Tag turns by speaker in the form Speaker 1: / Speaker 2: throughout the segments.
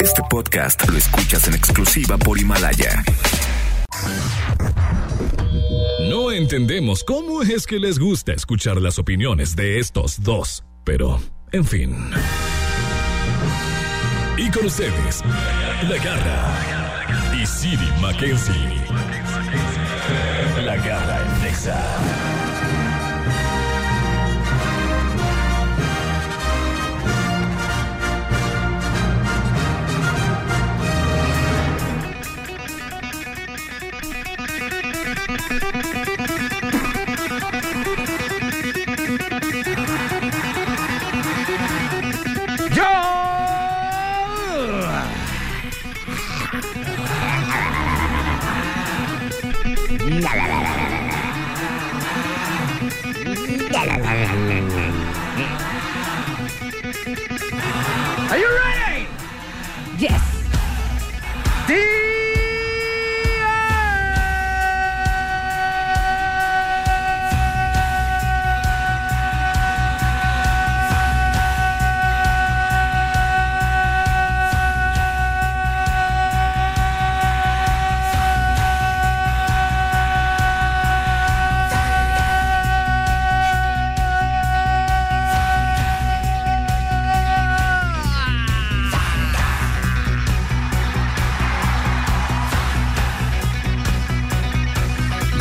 Speaker 1: Este podcast lo escuchas en exclusiva por Himalaya.
Speaker 2: No entendemos cómo es que les gusta escuchar las opiniones de estos dos, pero, en fin. Y con ustedes, La Garra y Siri Mackenzie. La Garra en Nexa.
Speaker 3: Are you ready?
Speaker 4: Yes.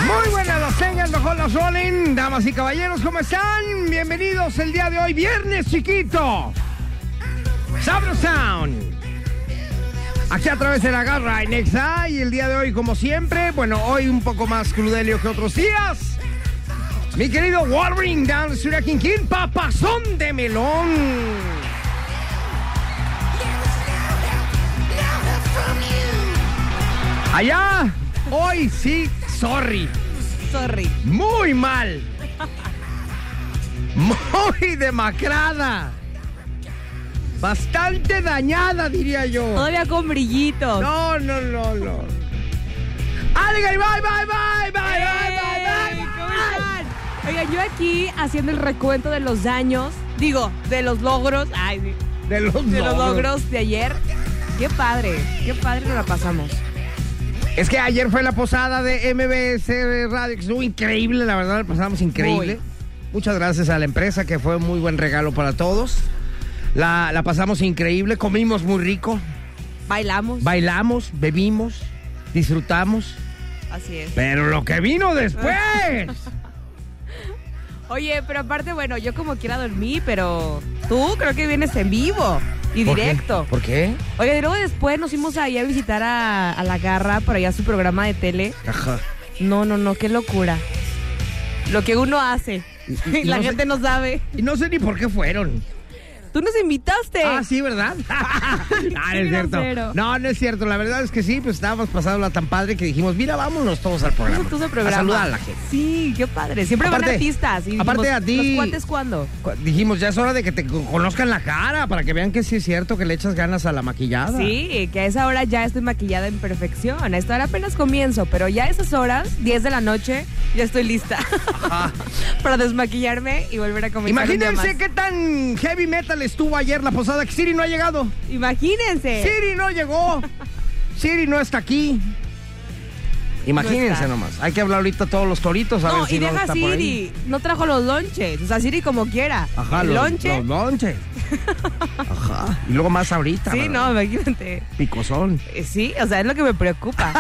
Speaker 3: Muy buenas las tengan, mejor las rolen. Damas y caballeros, ¿cómo están? Bienvenidos el día de hoy, viernes chiquito. Sabro Sound. Aquí a través de la garra en Exa y el día de hoy, como siempre, bueno, hoy un poco más crudelio que otros días. Mi querido Wolverine Down King King, papazón de melón. Allá, hoy sí, sorry.
Speaker 4: Sorry.
Speaker 3: Muy mal. Muy demacrada. Bastante dañada, diría yo.
Speaker 4: Todavía con brillitos.
Speaker 3: No, no, no, no. Alga, bye, bye, bye, bye, bye, bye,
Speaker 4: ¡Ey!
Speaker 3: bye,
Speaker 4: ¿Cómo
Speaker 3: bye.
Speaker 4: están? Oigan, yo aquí haciendo el recuento de los daños, digo, de los logros, ay, sí,
Speaker 3: De los
Speaker 4: de los
Speaker 3: logros.
Speaker 4: logros de ayer. Qué padre, qué padre nos la pasamos.
Speaker 3: Es que ayer fue la posada de MBS Radio, que estuvo increíble, la verdad, la pasamos increíble.
Speaker 4: Muy.
Speaker 3: Muchas gracias a la empresa, que fue muy buen regalo para todos. La, la pasamos increíble, comimos muy rico,
Speaker 4: Bailamos.
Speaker 3: bailamos, bebimos, disfrutamos.
Speaker 4: Así es.
Speaker 3: Pero lo que vino después.
Speaker 4: Oye, pero aparte, bueno, yo como quiera dormí, pero tú creo que vienes en vivo y directo.
Speaker 3: ¿Por qué?
Speaker 4: Oye, y luego después nos fuimos ahí a visitar a, a La Garra, por allá su programa de tele.
Speaker 3: Ajá.
Speaker 4: No, no, no, qué locura. Lo que uno hace.
Speaker 3: y- y
Speaker 4: la
Speaker 3: no sé-
Speaker 4: gente no sabe.
Speaker 3: Y no sé ni por qué fueron.
Speaker 4: Tú nos invitaste.
Speaker 3: Ah, sí, ¿verdad? ah, no
Speaker 4: Qué
Speaker 3: es cierto.
Speaker 4: grosero.
Speaker 3: No, no es cierto. La verdad es que sí, pues estábamos pasándola tan padre que dijimos, mira, vámonos todos al
Speaker 4: Nos
Speaker 3: programa.
Speaker 4: invitó ese programa.
Speaker 3: A saludar a la gente.
Speaker 4: Sí, qué padre. Siempre van
Speaker 3: Aparte-
Speaker 4: artistas. Y
Speaker 3: aparte a
Speaker 4: dijimos,
Speaker 3: ti-
Speaker 4: ¿Los cuates cuándo?
Speaker 3: Cu- Dijimos, ya es hora de que te co- conozcan la cara para que vean que sí es cierto que le echas ganas a la maquillada.
Speaker 4: Sí, que a esa hora ya estoy maquillada en perfección. A esta hora apenas comienzo, pero ya a esas horas, 10 de la noche, ya estoy lista para desmaquillarme y volver a comenzar. un día
Speaker 3: Ah, Imagínense
Speaker 4: más.
Speaker 3: qué tan heavy metal estuvo ayer la posada que Siri no ha llegado.
Speaker 4: Imagínense.
Speaker 3: Siri no llegó. Siri no está aquí. Imagínense
Speaker 4: No está.
Speaker 3: nomás. Hay que hablar ahorita a todos los toritos a
Speaker 4: No,
Speaker 3: ver si
Speaker 4: y
Speaker 3: no
Speaker 4: deja a
Speaker 3: está por ahí.
Speaker 4: Siri. No trajo los lonches. O sea, Siri como quiera.
Speaker 3: Ajá,
Speaker 4: El
Speaker 3: los,
Speaker 4: lonche.
Speaker 3: los lonches. Ajá. Y luego más ahorita.
Speaker 4: sí,
Speaker 3: ¿verdad?
Speaker 4: no, imagínate.
Speaker 3: Picosón.
Speaker 4: Eh, Sí, o sea, es lo que me preocupa.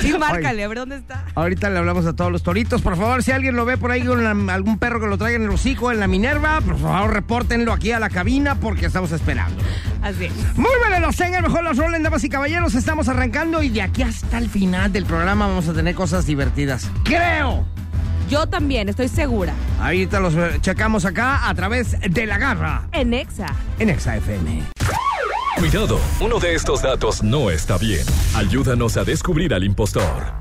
Speaker 4: Sí,
Speaker 3: Oye.
Speaker 4: márcale, a ver dónde está.
Speaker 3: Ahorita le hablamos a todos los toritos. Por favor, si alguien lo ve por ahí con la- algún perro que lo traiga en el hocico, en la Minerva, por favor, repórtenlo aquí a la cabina porque estamos esperando.
Speaker 4: Así.
Speaker 3: Muy buenas los tengan, mejor las rolen, damas y caballeros. Estamos arrancando y de aquí hasta el final del programa vamos a tener cosas divertidas. ¡Creo!
Speaker 4: Yo también, estoy segura.
Speaker 3: Ahorita los eh, checamos acá a través de la garra
Speaker 4: En Exa.
Speaker 3: en Exa FM.
Speaker 2: Cuidado, uno de estos datos no está bien. Ayúdanos a descubrir al impostor.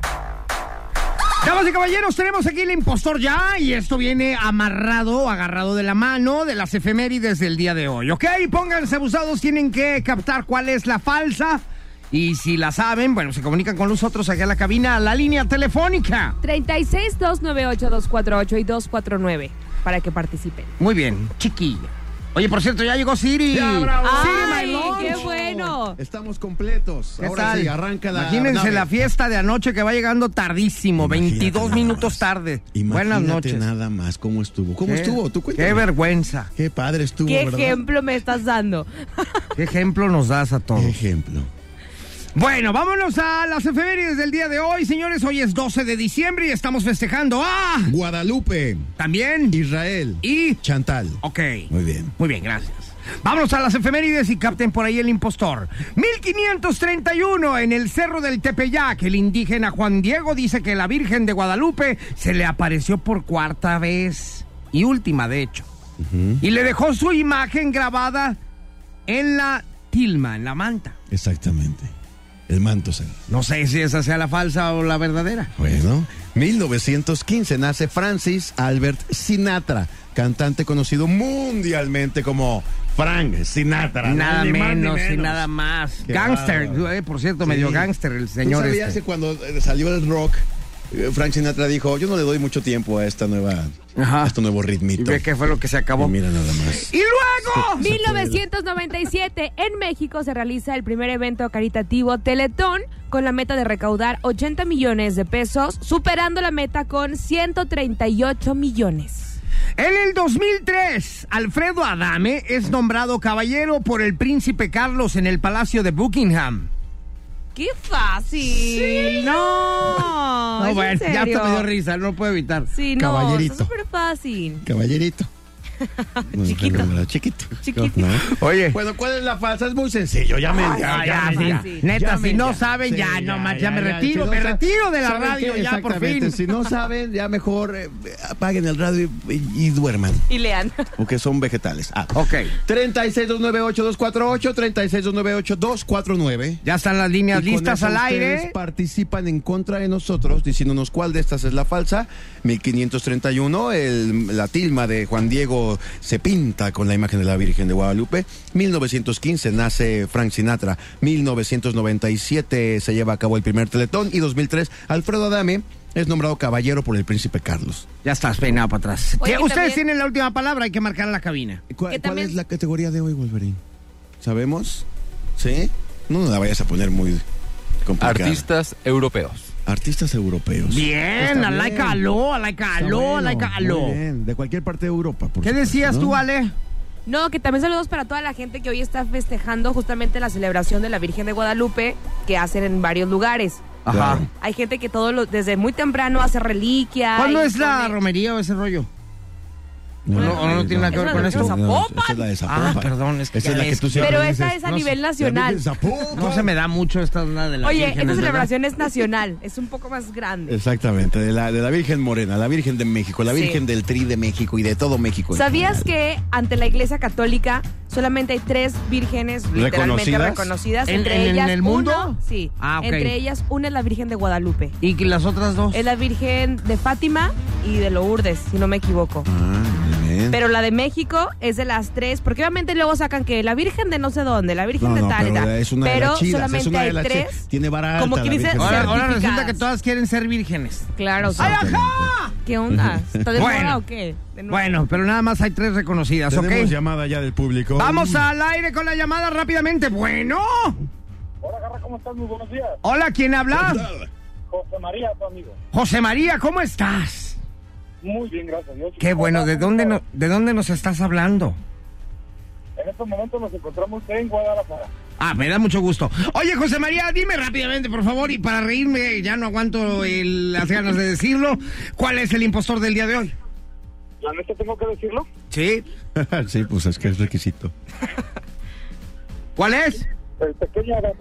Speaker 3: Damas y caballeros, tenemos aquí el impostor ya y esto viene amarrado, agarrado de la mano de las efemérides del día de hoy, ¿ok? Pónganse abusados, tienen que captar cuál es la falsa y si la saben, bueno, se comunican con nosotros aquí a la cabina, a la línea telefónica.
Speaker 4: 36 298 248 y 249 para que participen.
Speaker 3: Muy bien, chiquilla. Oye, por cierto, ya llegó Siri.
Speaker 5: Ya, bravo.
Speaker 4: ¡Ay,
Speaker 3: Siri, my lunch.
Speaker 4: qué bueno!
Speaker 5: Estamos completos.
Speaker 3: ¿Qué
Speaker 5: Ahora
Speaker 3: tal?
Speaker 5: sí, arranca la.
Speaker 3: Imagínense
Speaker 5: nave.
Speaker 3: la fiesta de anoche que va llegando tardísimo,
Speaker 5: Imagínate
Speaker 3: 22
Speaker 5: nada
Speaker 3: minutos
Speaker 5: más.
Speaker 3: tarde.
Speaker 5: Imagínate
Speaker 3: Buenas noches.
Speaker 5: nada más cómo estuvo. ¿Cómo
Speaker 3: Qué-
Speaker 5: estuvo? ¿Tú cuéntame.
Speaker 3: Qué vergüenza.
Speaker 5: Qué padre estuvo,
Speaker 4: ¿Qué
Speaker 5: ¿verdad?
Speaker 4: ejemplo me estás dando?
Speaker 3: Qué ejemplo nos das a
Speaker 5: Qué
Speaker 3: todos.
Speaker 5: ejemplo.
Speaker 3: Bueno, vámonos a las efemérides del día de hoy, señores. Hoy es 12 de diciembre y estamos festejando a...
Speaker 5: Guadalupe,
Speaker 3: También.
Speaker 5: Israel
Speaker 3: Y...
Speaker 5: Chantal.
Speaker 3: Ok.
Speaker 5: Muy bien.
Speaker 3: Muy bien, gracias. Vámonos a las efemérides y capten por ahí el impostor. 1531, en el Cerro del Tepeyac, el indígena Juan Diego dice que la Virgen de Guadalupe se le apareció por cuarta vez, y última de hecho, y le dejó su imagen grabada en la tilma, en la manta.
Speaker 5: Exactamente. El manto se-
Speaker 3: No sé si esa sea la falsa o la verdadera.
Speaker 5: Bueno, 1915 nace Francis Albert Sinatra, cantante conocido mundialmente como Frank Sinatra. ¿no?
Speaker 3: Nada
Speaker 5: Ni más ni
Speaker 3: menos y nada más.
Speaker 5: Qué
Speaker 3: Gangster,
Speaker 5: bárbaro.
Speaker 3: eh, por cierto,
Speaker 5: Sí.
Speaker 3: medio gangster el
Speaker 5: ¿Tú
Speaker 3: señor.
Speaker 5: sabías
Speaker 3: este.
Speaker 5: que cuando eh, salió el rock, eh, Frank Sinatra dijo, yo no le doy mucho tiempo a esta nueva,
Speaker 3: Ajá.
Speaker 5: a este nuevo
Speaker 3: Y
Speaker 5: ritmito.
Speaker 3: ve qué fue lo que se
Speaker 5: Y
Speaker 3: acabó.
Speaker 5: mira nada más.
Speaker 3: Y luego,
Speaker 4: 1997, en México se realiza el primer evento caritativo Teletón con la meta de recaudar 80 millones de pesos, superando la meta con 138 millones.
Speaker 3: En el 2003, Alfredo Adame es nombrado caballero por el príncipe Carlos en el Palacio de Buckingham.
Speaker 4: ¡Qué fácil! ¡No! ¿es en
Speaker 3: bueno, ya
Speaker 4: serio?
Speaker 3: hasta me dio risa, no lo puedo evitar.
Speaker 4: Sí, no,
Speaker 5: Caballerito.
Speaker 4: está súper fácil.
Speaker 5: Caballerito. No,
Speaker 4: Chiquito.
Speaker 5: no, no, Chiquito.
Speaker 4: Chiquito.
Speaker 5: No.
Speaker 3: Oye.
Speaker 5: Bueno, ¿cuál es la falsa? Es muy sencillo, ya me...
Speaker 3: Ya,
Speaker 5: ya
Speaker 3: ya,
Speaker 5: me-
Speaker 3: ya.
Speaker 4: fácil.
Speaker 3: Neta, si
Speaker 5: Llamen
Speaker 3: no
Speaker 5: ya.
Speaker 3: saben,
Speaker 5: Sí,
Speaker 3: ya, no más, ya, me
Speaker 5: ya.
Speaker 3: retiro,
Speaker 5: Si no
Speaker 3: me
Speaker 5: sa-
Speaker 3: retiro de la
Speaker 5: ¿saben
Speaker 3: radio
Speaker 5: qué?
Speaker 3: ya, por
Speaker 5: Exactamente.
Speaker 3: fin.
Speaker 5: Si no saben, ya mejor eh, apaguen el radio y, y- y duerman.
Speaker 4: Y lean.
Speaker 5: O que son vegetales. Ah,
Speaker 3: Ok.
Speaker 5: 36298248, 36298249.
Speaker 3: Ya están las líneas
Speaker 5: Y con
Speaker 3: listas
Speaker 5: eso
Speaker 3: al
Speaker 5: ustedes
Speaker 3: aire.
Speaker 5: Participan en contra de nosotros, diciéndonos cuál de estas es la falsa. 1531, el- la tilma de Juan Diego se pinta con la imagen de la Virgen de Guadalupe. 1915 nace Frank Sinatra. 1997 se lleva a cabo el primer teletón. Y 2003, Alfredo Adame es nombrado caballero por el príncipe Carlos.
Speaker 3: Ya estás peinado para atrás.
Speaker 4: Oye,
Speaker 3: Ya,
Speaker 4: que
Speaker 3: Ustedes
Speaker 4: también-
Speaker 3: tienen la última palabra, hay que marcar la cabina.
Speaker 5: ¿Cuál, cuál
Speaker 4: también-
Speaker 5: es la categoría de hoy, Wolverine? ¿Sabemos? ¿Sí? No nos la vayas a poner muy complicada.
Speaker 6: Artistas europeos.
Speaker 5: Artistas europeos.
Speaker 3: Bien,
Speaker 5: Está
Speaker 3: a
Speaker 5: bien.
Speaker 3: like aló, a like
Speaker 5: Está
Speaker 3: aló, a
Speaker 5: bueno,
Speaker 3: like aló.
Speaker 5: muy bien, de cualquier parte de Europa. por
Speaker 3: ¿Qué
Speaker 5: supuesto,
Speaker 3: decías
Speaker 5: ¿no?
Speaker 3: tú, Ale?
Speaker 4: No, que también saludos para toda la gente que hoy está festejando justamente la celebración de la Virgen de Guadalupe que hacen en varios lugares.
Speaker 3: Ajá.
Speaker 5: Claro.
Speaker 4: Hay gente que todo lo- desde muy temprano hace reliquia.
Speaker 3: ¿Cuándo
Speaker 4: y
Speaker 3: es la
Speaker 4: pone-
Speaker 3: romería o ese rollo?
Speaker 5: No,
Speaker 3: no, no tiene nada que
Speaker 4: ver con esto.
Speaker 5: Esa es la de Zapopan.
Speaker 3: Ah, perdón, es que
Speaker 5: Esa
Speaker 3: ya
Speaker 5: es la que
Speaker 3: ves.
Speaker 5: tú siempre
Speaker 4: Pero esa
Speaker 5: dices,
Speaker 4: es a
Speaker 5: no sé,
Speaker 4: nivel
Speaker 5: la
Speaker 4: nacional.
Speaker 5: Virgen Zapopan.
Speaker 3: No se me da mucho esta onda de la
Speaker 4: Oye,
Speaker 3: Virgen,
Speaker 4: esta
Speaker 3: es verdad.
Speaker 4: celebración es nacional, es un poco más grande.
Speaker 5: Exactamente, de la, de la Virgen Morena, la Virgen de México, la
Speaker 4: Sí.
Speaker 5: Virgen del Tri de México y de todo México. en
Speaker 4: ¿Sabías
Speaker 5: general.
Speaker 4: que ante la Iglesia Católica solamente hay tres vírgenes literalmente
Speaker 5: ¿Reconocidas?
Speaker 4: reconocidas?
Speaker 3: ¿En-
Speaker 4: entre
Speaker 3: en- en
Speaker 4: ellas
Speaker 3: el mundo?
Speaker 4: uno- sí.
Speaker 3: Ah, ok.
Speaker 4: Entre ellas una es la Virgen de Guadalupe.
Speaker 3: ¿Y que las otras dos?
Speaker 4: Es la Virgen de Fátima y de Lourdes, si no me equivoco.
Speaker 5: Ah, muy bien.
Speaker 4: Pero la de México es de las tres, porque obviamente luego sacan que la Virgen de no sé dónde, la Virgen
Speaker 5: no,
Speaker 4: de
Speaker 5: no,
Speaker 4: tal y
Speaker 5: pero
Speaker 4: tal.
Speaker 5: es una de
Speaker 4: Pero
Speaker 5: las chidas, es
Speaker 4: solamente
Speaker 5: una de
Speaker 4: hay
Speaker 5: las chidas.
Speaker 4: tres.
Speaker 5: Tiene vara
Speaker 4: Como
Speaker 5: alta
Speaker 4: que
Speaker 5: la
Speaker 4: dice
Speaker 5: Virgen de
Speaker 3: ahora,
Speaker 5: Guadalupe.
Speaker 3: ahora resulta
Speaker 4: certificadas.
Speaker 3: que todas quieren ser vírgenes.
Speaker 4: Claro, o sea,
Speaker 3: ¡Ay,
Speaker 5: Exactamente.
Speaker 3: ajá!
Speaker 4: ¿qué onda? ¿Está de
Speaker 3: Bueno.
Speaker 4: moda o qué? De nuevo.
Speaker 3: Bueno, pero nada más hay tres reconocidas, ¿ok?
Speaker 5: Tenemos llamada ya del público.
Speaker 3: Vamos al aire con la llamada rápidamente. Bueno.
Speaker 7: Hola, Garra, ¿cómo estás? Muy buenos días.
Speaker 3: Hola, ¿quién habla?
Speaker 7: José María, tu amigo.
Speaker 3: José María, ¿cómo estás?
Speaker 7: Muy bien, gracias a Dios.
Speaker 3: Qué bueno, ¿de dónde, Pues no- ¿de dónde nos estás hablando?
Speaker 7: En estos momentos nos encontramos en Guadalajara.
Speaker 3: Ah, me da mucho gusto. Oye, José María, dime rápidamente, por favor, y para reírme, ya no aguanto el- las ganas de decirlo, ¿cuál es el impostor del día de hoy?
Speaker 7: ¿La neta tengo que decirlo?
Speaker 3: Sí.
Speaker 5: sí, pues es que es requisito.
Speaker 3: ¿Cuál es?
Speaker 7: El pequeño Garra.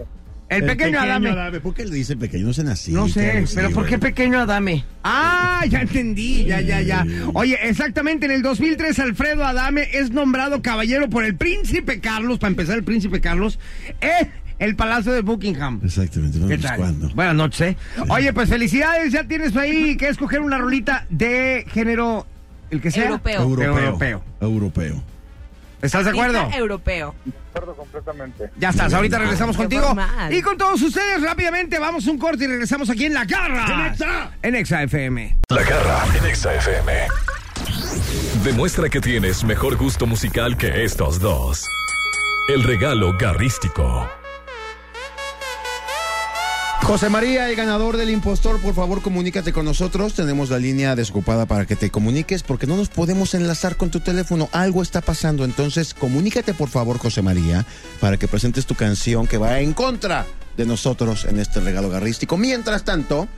Speaker 3: El, pequeño, Adame.
Speaker 5: ¿Por qué le dicen pequeño? No sean así.
Speaker 3: No sé,
Speaker 5: Carlos,
Speaker 3: pero
Speaker 5: sí,
Speaker 3: ¿por qué
Speaker 5: bueno.
Speaker 3: pequeño Adame? Ah, ya entendí, ya, ya, ya. Oye, exactamente, en el 2003 Alfredo Adame es nombrado caballero por el príncipe Carlos, para empezar el príncipe Carlos, en el Palacio de Buckingham.
Speaker 5: Exactamente,
Speaker 3: ¿Qué
Speaker 5: vamos
Speaker 3: tal?
Speaker 5: cuando.
Speaker 3: Buenas noches. ¿eh? Oye, pues felicidades, ya tienes ahí que escoger una rolita de género, el que sea.
Speaker 4: Europeo.
Speaker 5: Europeo.
Speaker 3: Europeo.
Speaker 5: Europeo.
Speaker 3: ¿Estás de acuerdo?
Speaker 4: Artista europeo.
Speaker 7: De acuerdo completamente.
Speaker 3: Ya estás, ahorita regresamos
Speaker 4: Qué
Speaker 3: contigo.
Speaker 4: formal.
Speaker 3: Y con todos ustedes, rápidamente, vamos a un corte y regresamos aquí en La Garra. En Exa FM.
Speaker 2: La garra en Exa FM. Demuestra que tienes mejor gusto musical que estos dos. El regalo garrístico.
Speaker 5: José María, el ganador del impostor, por favor comunícate con nosotros. Tenemos la línea desocupada para que te comuniques porque no nos podemos enlazar con tu teléfono. Algo está pasando. Entonces, comunícate por favor, José María, para que presentes tu canción que va en contra de nosotros en este regalo garrístico. Mientras tanto,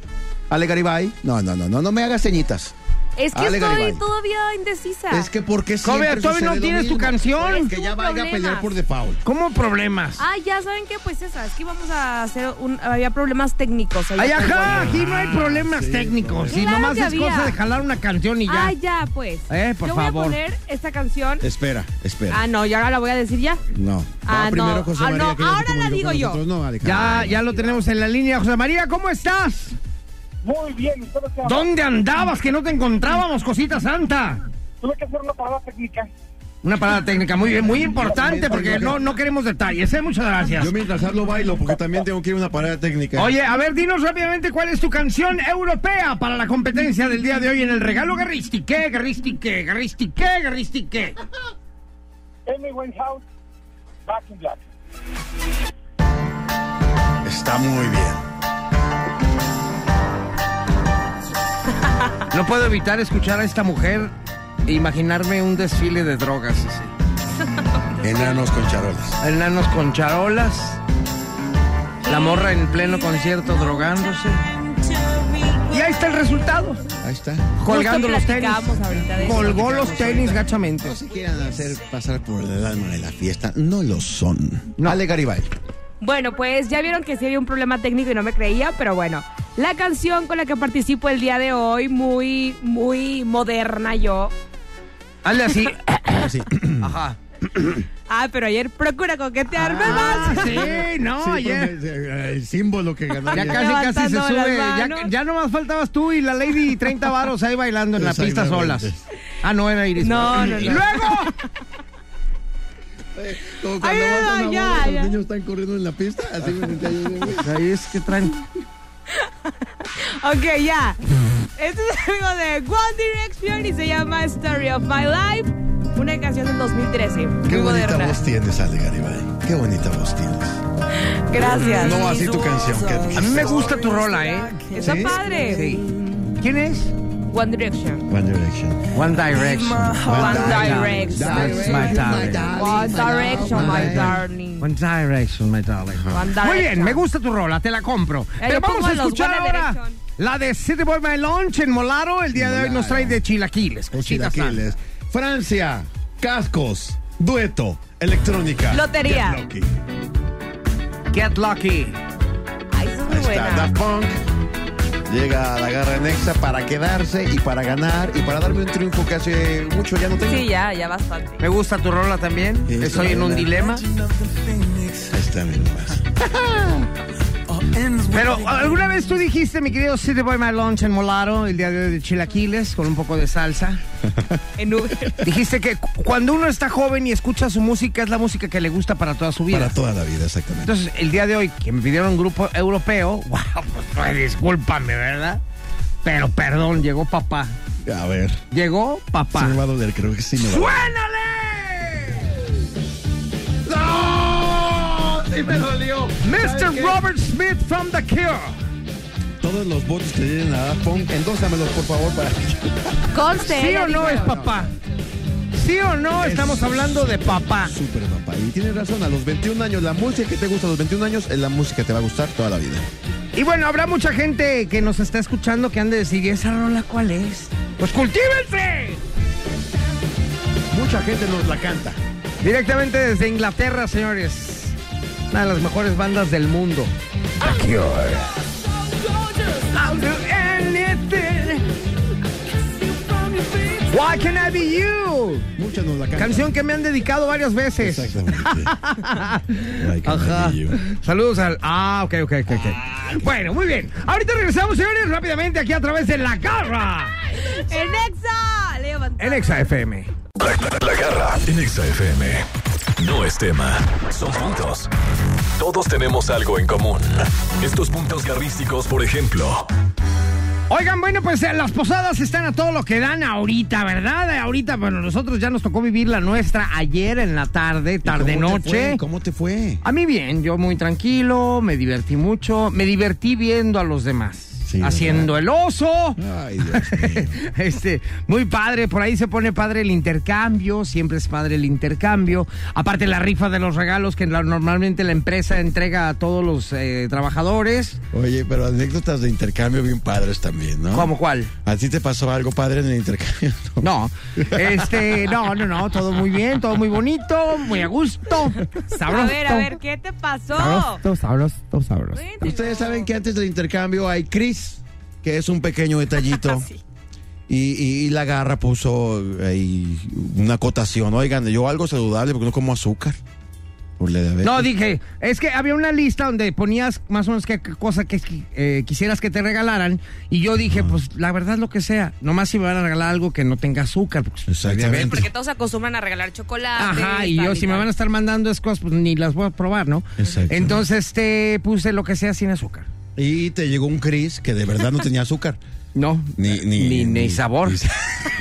Speaker 5: Ale Garibay, no, no, no, no, no me hagas ceñitas.
Speaker 4: Es que
Speaker 5: Ale
Speaker 4: estoy
Speaker 5: Garibay.
Speaker 4: todavía indecisa.
Speaker 5: Es que porque
Speaker 3: Todavía-
Speaker 5: siempre
Speaker 3: todavía no
Speaker 5: sucede lo
Speaker 3: tienes tu
Speaker 5: mismo?
Speaker 3: canción.
Speaker 5: Es que ya
Speaker 4: Tuvo
Speaker 5: vaya a pelear
Speaker 4: problemas.
Speaker 5: por default.
Speaker 3: ¿Cómo problemas?
Speaker 4: Ah, ya saben que pues esa, es que íbamos a hacer un... Había problemas técnicos. ahí
Speaker 3: Ay,
Speaker 4: está
Speaker 3: ajá,
Speaker 4: igual.
Speaker 3: aquí no hay problemas técnicos.
Speaker 4: problema.
Speaker 3: Y
Speaker 4: Claro
Speaker 3: nomás
Speaker 4: que
Speaker 3: es cosa
Speaker 4: había.
Speaker 3: de jalar una canción y ya.
Speaker 4: Ah, ya, pues.
Speaker 3: Eh, por
Speaker 4: Yo
Speaker 3: favor.
Speaker 4: voy a poner esta canción.
Speaker 5: Espera, espera.
Speaker 4: Ah, no, ya la voy a decir ya.
Speaker 5: No.
Speaker 4: Ah,
Speaker 5: Va primero
Speaker 4: no.
Speaker 5: José
Speaker 4: Ah,
Speaker 5: María,
Speaker 4: no,
Speaker 5: que ya se
Speaker 4: ahora la
Speaker 5: comunicó con
Speaker 4: digo yo.
Speaker 5: nosotros. No,
Speaker 3: Ya,
Speaker 5: Alejandra.
Speaker 3: ya lo tenemos en la línea. José María, ¿cómo estás?
Speaker 7: Muy bien, ¿sabes qué?
Speaker 3: ¿Dónde andabas que no te encontrábamos, cosita santa?
Speaker 7: Tuve que hacer una parada técnica.
Speaker 3: Una parada técnica muy bien, muy importante porque no, no queremos detalles, ¿eh? Muchas gracias.
Speaker 5: Yo mientras hablo bailo porque también tengo que ir a una parada técnica.
Speaker 3: Oye, a ver, dinos rápidamente cuál es tu canción europea para la competencia del día de hoy en el regalo Garristique, Garristique, Garristique, Garristique.
Speaker 7: Amy Winehouse, Back in Black.
Speaker 5: Está muy bien.
Speaker 3: No puedo evitar escuchar a esta mujer e imaginarme un desfile de drogas así.
Speaker 5: Enanos con charolas.
Speaker 3: Enanos con charolas, la morra en pleno concierto drogándose. Y ahí está el resultado.
Speaker 5: Ahí está.
Speaker 3: Colgando los tenis.
Speaker 4: platicábamos ahorita de eso.
Speaker 3: Colgó los tenis gachamente.
Speaker 5: No se quieran hacer pasar por el alma de la fiesta. No lo son. No. Ale Garibay.
Speaker 4: Bueno, pues ya vieron que sí había un problema técnico y no me creía, pero bueno. La canción con la que participo el día de hoy, muy, muy moderna yo.
Speaker 3: Hazle así.
Speaker 5: Así.
Speaker 3: Ajá.
Speaker 4: Ah, pero ayer procura coquetearme más.
Speaker 3: Ah, sí, no,
Speaker 5: Ah, Sí,
Speaker 3: ayer.
Speaker 5: pues, eh, El símbolo que ganó.
Speaker 3: Ya
Speaker 5: ayer.
Speaker 3: casi, casi se
Speaker 4: Levantando las
Speaker 3: sube. Ya,
Speaker 4: manos.
Speaker 3: ya nomás faltabas tú y la Lady 30 varos ahí bailando en la pista solas.
Speaker 5: Exactamente.
Speaker 3: Ah, no, era Iris.
Speaker 4: No, no, no.
Speaker 3: Y luego,
Speaker 5: Como cuando
Speaker 4: Ay,
Speaker 5: vas a una
Speaker 4: ya,
Speaker 5: boda,
Speaker 4: ya.
Speaker 5: los niños están corriendo en la pista. Así me sentía yo. güey.
Speaker 3: ahí es que traen.
Speaker 4: Ok, ya. Este es algo de One Direction y se llama Story of My Life. Una canción del 2013.
Speaker 5: Qué
Speaker 4: muy
Speaker 5: bonita
Speaker 4: moderna.
Speaker 5: voz tienes, Ale Garibay. Qué bonita voz tienes.
Speaker 4: Gracias.
Speaker 5: No así tu canción. que-
Speaker 3: A mí me gusta tu rola, ¿eh?
Speaker 4: Está padre.
Speaker 3: Sí. ¿Quién es?
Speaker 4: One Direction.
Speaker 5: One Direction.
Speaker 3: One Direction.
Speaker 4: One Direction.
Speaker 3: That's my darling.
Speaker 4: One Direction, my
Speaker 3: One
Speaker 4: darling.
Speaker 3: One Direction, my darling.
Speaker 4: One
Speaker 3: Muy bien,
Speaker 4: Direction.
Speaker 3: me gusta tu rola, te la compro.
Speaker 4: Ya,
Speaker 3: Pero
Speaker 4: Eh, yo
Speaker 3: vamos
Speaker 4: pongo
Speaker 3: a
Speaker 4: los
Speaker 3: escuchar
Speaker 4: One
Speaker 3: ahora
Speaker 4: Direction.
Speaker 3: la de City Boy My Lunch en Molaro. El día de hoy nos trae de chilaquiles, cositas
Speaker 5: Chilaquiles. Francia. Cascos. Dueto. Electrónica.
Speaker 4: Lotería.
Speaker 5: Get lucky.
Speaker 3: santas. Get Lucky.
Speaker 4: Ay, esa es muy
Speaker 5: Ahí está,
Speaker 4: buena.
Speaker 5: Daft Punk. Llega a la garra nexa para quedarse y para ganar y para darme un triunfo que hace mucho ya no tengo.
Speaker 4: Sí, ya, ya bastante.
Speaker 3: Me gusta tu rola también. eh.
Speaker 5: Sí,
Speaker 3: Estoy
Speaker 5: sí,
Speaker 3: en un
Speaker 5: sí.
Speaker 3: dilema.
Speaker 5: Ahí está, mi nomás.
Speaker 3: Pero alguna vez tú dijiste, mi querido City Boy My Lunch en Molaro, el día de hoy de chilaquiles, con un poco de salsa.
Speaker 4: En Uber.
Speaker 3: Dijiste que cu- cuando uno está joven y escucha su música, es la música que le gusta para toda su vida.
Speaker 5: Para toda la vida, exactamente.
Speaker 3: Entonces, el día de hoy, que me pidieron un grupo europeo, wow, pues, pues, discúlpame, ¿verdad? Pero perdón, llegó papá.
Speaker 5: A ver.
Speaker 3: Llegó papá.
Speaker 5: Sí me va a doler, creo que sí me va a
Speaker 3: ¡Suénale!
Speaker 5: doler. ¡No! Sí me dolió.
Speaker 3: Mr.
Speaker 5: ¿Sabes qué?
Speaker 3: Robert Smith from The Cure.
Speaker 5: Todos los votos que lleguen a Daft Punk, endósamelos, por favor, para
Speaker 4: Conste.
Speaker 3: ¿Sí
Speaker 4: ella
Speaker 3: o no
Speaker 4: dijo.
Speaker 3: es papá? ¿Sí o no estamos hablando de papá?
Speaker 5: Super papá. Y tienes razón, a los 21 años, la música que te gusta a los 21 años es la música que te va a gustar toda la vida.
Speaker 3: Y bueno, habrá mucha gente que nos está escuchando que han de decir, ¿y esa rola cuál es? ¡Pues cultívense!
Speaker 5: Mucha gente nos la canta.
Speaker 3: Directamente desde Inglaterra, señores. Una de las mejores bandas del mundo. I'll do anything. Why can't I be you?
Speaker 5: Mucha nos la canta.
Speaker 3: Canción que me han dedicado varias veces.
Speaker 5: Exactamente. Like I
Speaker 3: Ajá.
Speaker 5: Love You.
Speaker 3: Saludos al. Ah, ok, ok, ok. ok. Bueno, muy bien. Ahorita regresamos, señores, rápidamente aquí a través de La Garra
Speaker 4: En Exa. Le levanté.
Speaker 3: en Exa FM.
Speaker 2: La garra en Exa FM. No es tema, son puntos. Todos tenemos algo en común. Estos puntos garrísticos, por ejemplo,
Speaker 3: Oigan, bueno, pues eh, las posadas están a todo lo que dan ahorita, ¿verdad? Eh, Ahorita, bueno, nosotros ya nos tocó vivir la nuestra ayer en la tarde, tarde
Speaker 5: ¿Cómo te
Speaker 3: noche.
Speaker 5: fue? ¿Cómo te fue?
Speaker 3: A mí bien, yo muy tranquilo, me divertí mucho, me divertí viendo a los demás,
Speaker 5: Sí, ¿verdad?
Speaker 3: haciendo el oso.
Speaker 5: Ay, Dios mío.
Speaker 3: Este, muy padre, por ahí se pone padre el intercambio, siempre es padre el intercambio. Aparte la rifa de los regalos que la- normalmente la empresa entrega a todos los eh, trabajadores.
Speaker 5: Oye, pero anécdotas de intercambio bien padres también, ¿no?
Speaker 3: ¿Cómo cuál?
Speaker 5: ¿A ti te pasó algo padre en el intercambio?
Speaker 3: No, este, no, no, no, todo muy bien, todo muy bonito, muy a gusto. Sabroso.
Speaker 4: A ver, a ver, ¿qué te pasó?
Speaker 3: Sabroso, sabroso, sabroso.
Speaker 4: Cuéntanos.
Speaker 5: Ustedes saben que antes del intercambio hay Cris, que es un pequeño detallito.
Speaker 4: Sí.
Speaker 5: Y, y- y la garra puso ahí una acotación. Oigan, yo algo saludable porque no como azúcar. Por la diabetes.
Speaker 3: No, dije, es que había una lista donde ponías más o menos qué qué cosa que eh, quisieras que te regalaran. Y yo dije, pues la verdad lo que sea. Nomás si me van a regalar algo que no tenga azúcar. Porque soy
Speaker 5: Exactamente.
Speaker 3: diabético.
Speaker 4: Porque todos acostumbran a regalar chocolate.
Speaker 3: Ajá, y
Speaker 4: tal,
Speaker 3: yo si me
Speaker 4: tal.
Speaker 3: van a estar mandando esas cosas, pues ni las voy a probar, ¿no?
Speaker 5: Exacto.
Speaker 3: Entonces, este, puse lo que sea sin azúcar.
Speaker 5: Y te llegó un Cris que de verdad no tenía azúcar.
Speaker 3: No, eh,
Speaker 5: Ni- ni-
Speaker 3: ni,
Speaker 5: ni-
Speaker 3: sabor,
Speaker 5: ni-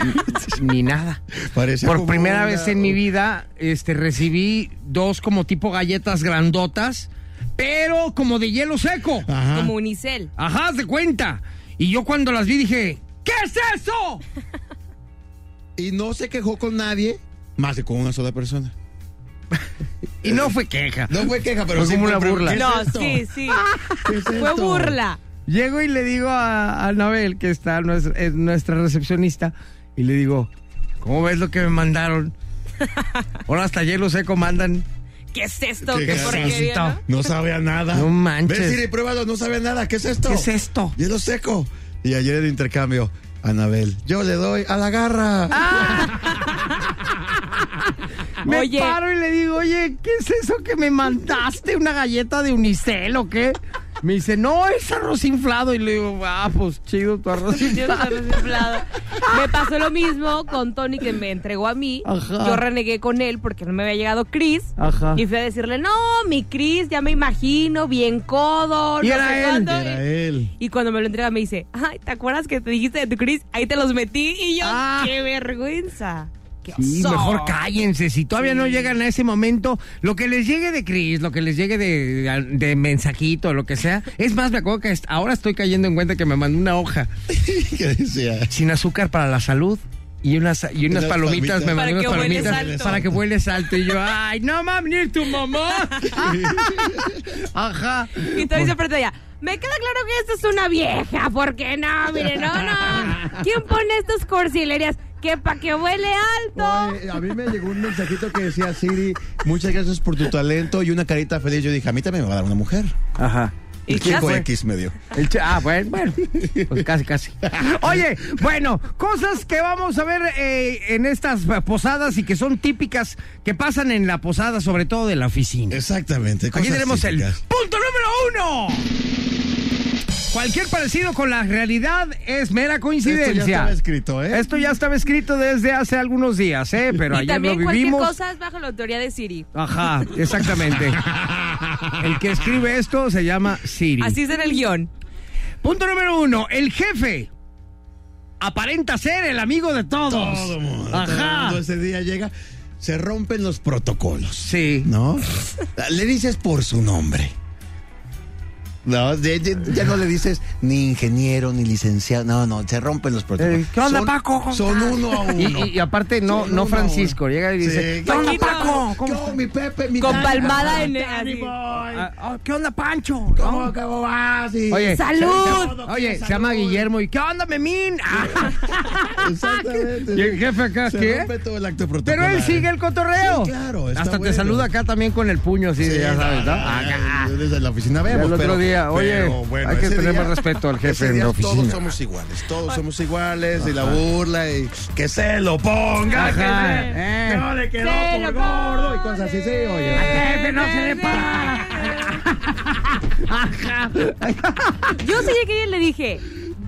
Speaker 3: ni, nada.
Speaker 5: Parecía
Speaker 3: Por
Speaker 5: como
Speaker 3: primera
Speaker 5: una-
Speaker 3: vez en mi vida, este, recibí dos como tipo galletas grandotas, pero como de hielo seco.
Speaker 5: Ajá.
Speaker 4: Como unicel.
Speaker 3: Ajá, haz de cuenta. Y yo cuando las vi dije, ¿qué es eso?
Speaker 5: Y no se quejó con nadie más que con una sola persona.
Speaker 3: Y no fue queja.
Speaker 5: No fue queja, pero
Speaker 3: Fue
Speaker 5: sí
Speaker 3: como una
Speaker 5: pre-
Speaker 3: burla.
Speaker 5: ¿qué es
Speaker 4: No,
Speaker 5: esto?
Speaker 4: sí, sí.
Speaker 3: Ah,
Speaker 5: ¿Qué es
Speaker 4: Fue
Speaker 5: esto?
Speaker 4: burla.
Speaker 3: Llego y le digo a, a Anabel, que está nuestra, es nuestra recepcionista, y le digo, ¿cómo ves lo que me mandaron? Ahora hasta hielo seco mandan.
Speaker 4: ¿Qué es esto?
Speaker 5: ¿Qué
Speaker 4: ¿Qué
Speaker 5: es
Speaker 4: por
Speaker 5: esto?
Speaker 4: qué viene?
Speaker 5: No sabe a nada.
Speaker 3: No manches.
Speaker 5: Ves, Siri, pruébalo, no sabe a nada. ¿Qué es esto?
Speaker 3: ¿Qué es esto?
Speaker 5: Hielo seco. Y ayer en el intercambio, Anabel, yo le doy a la garra.
Speaker 3: Me
Speaker 4: Oye.
Speaker 3: paro y le digo, oye, ¿qué es eso que me mandaste? ¿Una galleta de unicel o qué? Me dice, no, es arroz inflado. Y le digo, ah, pues chido tu arroz
Speaker 4: Dios, está
Speaker 3: inflado.
Speaker 4: desinflado. Me pasó lo mismo con Tony que me entregó a mí.
Speaker 3: Ajá.
Speaker 4: Yo renegué con él porque no me había llegado Chris.
Speaker 3: Ajá.
Speaker 4: Y fui a decirle, no, mi Chris, ya me imagino, bien codo.
Speaker 3: Y
Speaker 4: no
Speaker 3: era
Speaker 4: sé
Speaker 3: él,
Speaker 4: cuánto".
Speaker 5: Era él.
Speaker 4: Y cuando me lo entrega me dice, ay, ¿te acuerdas que te dijiste de tu Chris? Ahí te los metí y yo,
Speaker 3: Ah.
Speaker 4: qué vergüenza. Qué
Speaker 3: Sí,
Speaker 4: oso.
Speaker 3: mejor cállense. Si todavía no llegan a ese momento, lo que les llegue de Cris, lo que les llegue de, de mensajito, lo que sea. Es más, me acuerdo que est- ahora estoy cayendo en cuenta que me mandó una hoja
Speaker 5: ¿Qué decía?
Speaker 3: sin azúcar para la salud. Y unas, y unas
Speaker 5: Unas
Speaker 3: palomitas,
Speaker 5: palomitas.
Speaker 3: me mandó
Speaker 4: Para
Speaker 3: unas
Speaker 4: que hueles
Speaker 3: palomitas
Speaker 4: alto.
Speaker 3: para que hueles alto. Y yo, ay, no va a venir tu mamá. Ajá.
Speaker 4: Y Tony se apretó ya. Me queda claro que esta es una vieja, porque no, mire, no, no. ¿Quién pone estas cursilerías? Que pa' que huele alto.
Speaker 5: Oye, a mí me llegó un mensajito que decía Siri, muchas gracias por tu talento y una carita feliz. Yo dije, a mí también me va a dar una mujer.
Speaker 3: Ajá.
Speaker 4: ¿Y
Speaker 5: El
Speaker 4: qué
Speaker 5: chico
Speaker 4: hace?
Speaker 5: X me dio.
Speaker 3: El ch- ah, bueno, bueno. Pues casi, casi. Oye, bueno, cosas que vamos a ver eh, en estas eh, posadas y que son típicas que pasan en la posada, sobre todo de la oficina.
Speaker 5: Exactamente.
Speaker 3: Aquí
Speaker 5: cosas
Speaker 3: tenemos el
Speaker 5: típicas.
Speaker 3: punto número uno. Cualquier parecido con la realidad es mera coincidencia.
Speaker 5: Esto ya estaba escrito, ¿eh?
Speaker 3: Esto ya estaba escrito desde hace algunos días, ¿eh? Pero
Speaker 4: y
Speaker 3: ayer
Speaker 4: también
Speaker 3: lo
Speaker 4: cualquier
Speaker 3: vivimos.
Speaker 4: cosa es bajo la autoría de Siri.
Speaker 3: Ajá, exactamente. El que escribe esto se llama Siri.
Speaker 4: Así será el guión.
Speaker 3: Punto número uno, el jefe aparenta ser el amigo de todos.
Speaker 5: Todo mundo,
Speaker 3: Ajá.
Speaker 5: todo mundo ese día llega. Se rompen los protocolos.
Speaker 3: Sí.
Speaker 5: ¿No? Le dices por su nombre. No, ya, ya- ya no le dices ni ingeniero ni licenciado. No, no, se rompen los protocolos.
Speaker 3: Eh, ¿qué onda,
Speaker 5: Son-
Speaker 3: Paco? ¿Cómo
Speaker 5: Son
Speaker 3: estás?
Speaker 5: uno a
Speaker 3: Y,
Speaker 5: uno.
Speaker 3: y- y aparte no,
Speaker 5: Son
Speaker 3: no
Speaker 5: uno a
Speaker 3: Francisco,
Speaker 5: uno.
Speaker 3: llega y dice,
Speaker 5: Sí.
Speaker 3: ¿qué onda
Speaker 4: Paquito,
Speaker 3: Paco? ¿Cómo
Speaker 5: ¿Qué onda, mi Pepe? Mi
Speaker 4: Con
Speaker 5: Dani?
Speaker 4: palmada en-
Speaker 5: Dani,
Speaker 4: así.
Speaker 5: boy.
Speaker 3: Ah, ah, ¿Qué onda Pancho?
Speaker 5: ¿Cómo, cómo vas? Y-
Speaker 3: Oye,
Speaker 4: ¡Salud!
Speaker 3: se- Oye, se llama Guillermo y ¿qué onda Memín? Ah,
Speaker 5: Exactamente.
Speaker 3: ¿Y el jefe acá
Speaker 5: Se
Speaker 3: qué?
Speaker 5: rompe todo el acto
Speaker 3: pero
Speaker 5: protocolar.
Speaker 3: él sigue el cotorreo.
Speaker 5: Sí, claro, está
Speaker 3: Hasta
Speaker 5: bueno.
Speaker 3: te saluda acá también con el puño así,
Speaker 5: Sí,
Speaker 3: ya sabes, ¿no?
Speaker 5: no, no,
Speaker 3: Acá.
Speaker 5: no, Desde la oficina vemos.
Speaker 3: el otro
Speaker 5: pero-
Speaker 3: día, oye,
Speaker 5: pero bueno,
Speaker 3: hay que
Speaker 5: ese
Speaker 3: tener
Speaker 5: día-
Speaker 3: más respeto al jefe
Speaker 5: ese
Speaker 3: en
Speaker 5: día
Speaker 3: la oficina.
Speaker 5: Todos somos iguales, todos somos iguales. Y la burla y que se lo ponga.
Speaker 3: Ajá,
Speaker 5: que
Speaker 3: eh.
Speaker 5: se- No le quedó
Speaker 4: Se
Speaker 5: por
Speaker 4: lo
Speaker 5: gordo y
Speaker 4: pone.
Speaker 5: cosas así, sí, oye.
Speaker 3: Jefe, no se le para. Ajá.
Speaker 4: Yo sí llegué y le dije,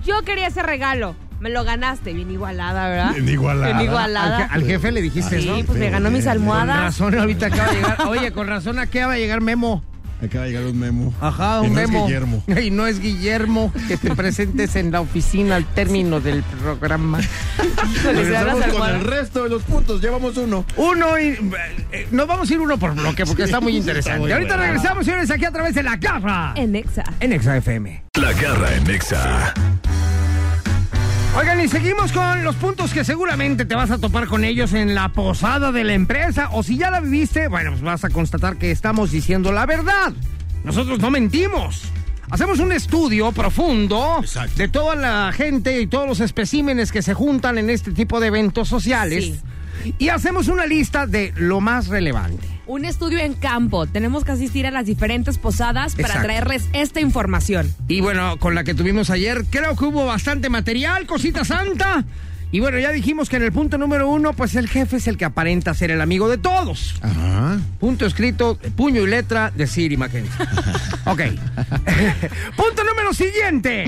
Speaker 4: yo quería ese regalo. Me lo ganaste, bien igualada, ¿verdad?
Speaker 5: Bien igualada.
Speaker 4: Bien
Speaker 3: Al,
Speaker 4: igualada.
Speaker 3: je- al jefe le dijiste
Speaker 4: Sí,
Speaker 3: eso.
Speaker 4: pues me ganó mis
Speaker 3: Con
Speaker 5: Con
Speaker 4: almohadas.
Speaker 3: razón ahorita acaba de llegar. Oye, con razón acaba de llegar Memo.
Speaker 5: Acaba de llegar un memo.
Speaker 8: Ajá, un
Speaker 5: Y no es
Speaker 8: memo.
Speaker 5: Guillermo.
Speaker 8: Y no es Guillermo que te presentes en la oficina al término del programa.
Speaker 4: Pues, Híjole, se habla
Speaker 9: Regresamos
Speaker 4: San
Speaker 9: con
Speaker 4: Juan.
Speaker 9: el resto de los puntos, llevamos uno.
Speaker 3: Uno y. eh, nos vamos a ir uno por bloque porque está muy interesante.
Speaker 5: muy
Speaker 3: Ahorita
Speaker 5: bueno.
Speaker 3: regresamos, señores, aquí a través de la garra.
Speaker 4: En Exa.
Speaker 3: En Exa FM.
Speaker 2: La garra en Exa.
Speaker 3: Oigan, y seguimos con los puntos que seguramente te vas a topar con ellos en la posada de la empresa. O si ya la viviste, bueno, pues vas a constatar que estamos diciendo la verdad. Nosotros no mentimos. Hacemos un estudio profundo
Speaker 5: Exacto.
Speaker 3: de toda la gente y todos los especímenes que se juntan en este tipo de eventos sociales. Y hacemos una lista de lo más relevante.
Speaker 4: Un estudio en campo. Tenemos que asistir a las diferentes posadas para
Speaker 3: Exacto.
Speaker 4: traerles esta información.
Speaker 3: Y bueno, con la que tuvimos ayer, creo que hubo bastante material, cosita santa. Y bueno, ya dijimos que en el punto número uno, pues el jefe es el que aparenta ser el amigo de todos.
Speaker 5: Ah. Ajá.
Speaker 3: Punto escrito, puño y letra de Siri Mackenzie. ok. punto número siguiente.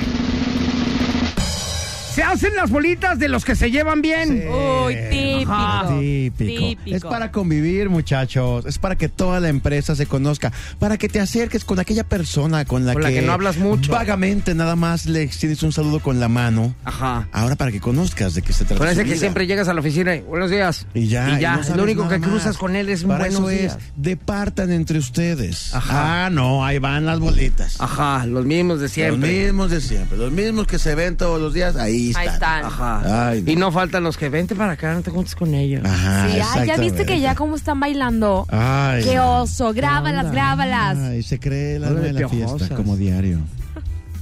Speaker 3: Se hacen las bolitas de los que se llevan bien.
Speaker 4: Uy, típico.
Speaker 3: ajá,
Speaker 5: Eh, Típico. Es para convivir, muchachos. Es para que toda la empresa se conozca. Para que te acerques con aquella persona con la,
Speaker 3: Con la que no hablas mucho.
Speaker 5: Vagamente nada más le extiendes un saludo con la mano.
Speaker 3: Ajá.
Speaker 5: Ahora para que conozcas de qué se trata.
Speaker 3: Parece
Speaker 5: su
Speaker 3: que
Speaker 5: vida.
Speaker 3: siempre llegas a la oficina y buenos días.
Speaker 5: pues Y ya.
Speaker 3: Y ya,
Speaker 5: no sabes
Speaker 3: lo único
Speaker 5: nada
Speaker 3: que
Speaker 5: más.
Speaker 3: cruzas con él es un
Speaker 5: Para
Speaker 3: buenos
Speaker 5: eso
Speaker 3: días.
Speaker 5: es, departan entre ustedes.
Speaker 3: Ajá.
Speaker 5: Ah, no, ahí van las bolitas.
Speaker 3: Ajá, los mismos de siempre.
Speaker 5: Los mismos de siempre, los mismos que se ven todos los días, ahí están.
Speaker 4: Ahí están.
Speaker 3: Ajá.
Speaker 5: Ay, no. Ah.
Speaker 3: Y no faltan los que vente para acá, no te juntes con ellos.
Speaker 5: Ajá,
Speaker 4: Sí, ay, ya viste que
Speaker 5: exactamente.
Speaker 4: ya cómo están bailando.
Speaker 5: Ay.
Speaker 4: Qué oso. Grábalas,
Speaker 3: Anda.
Speaker 4: grábalas.
Speaker 5: Ay, se cree el
Speaker 3: Hola
Speaker 5: alma
Speaker 3: de
Speaker 5: de la
Speaker 3: piojosas.
Speaker 5: fiesta como diario.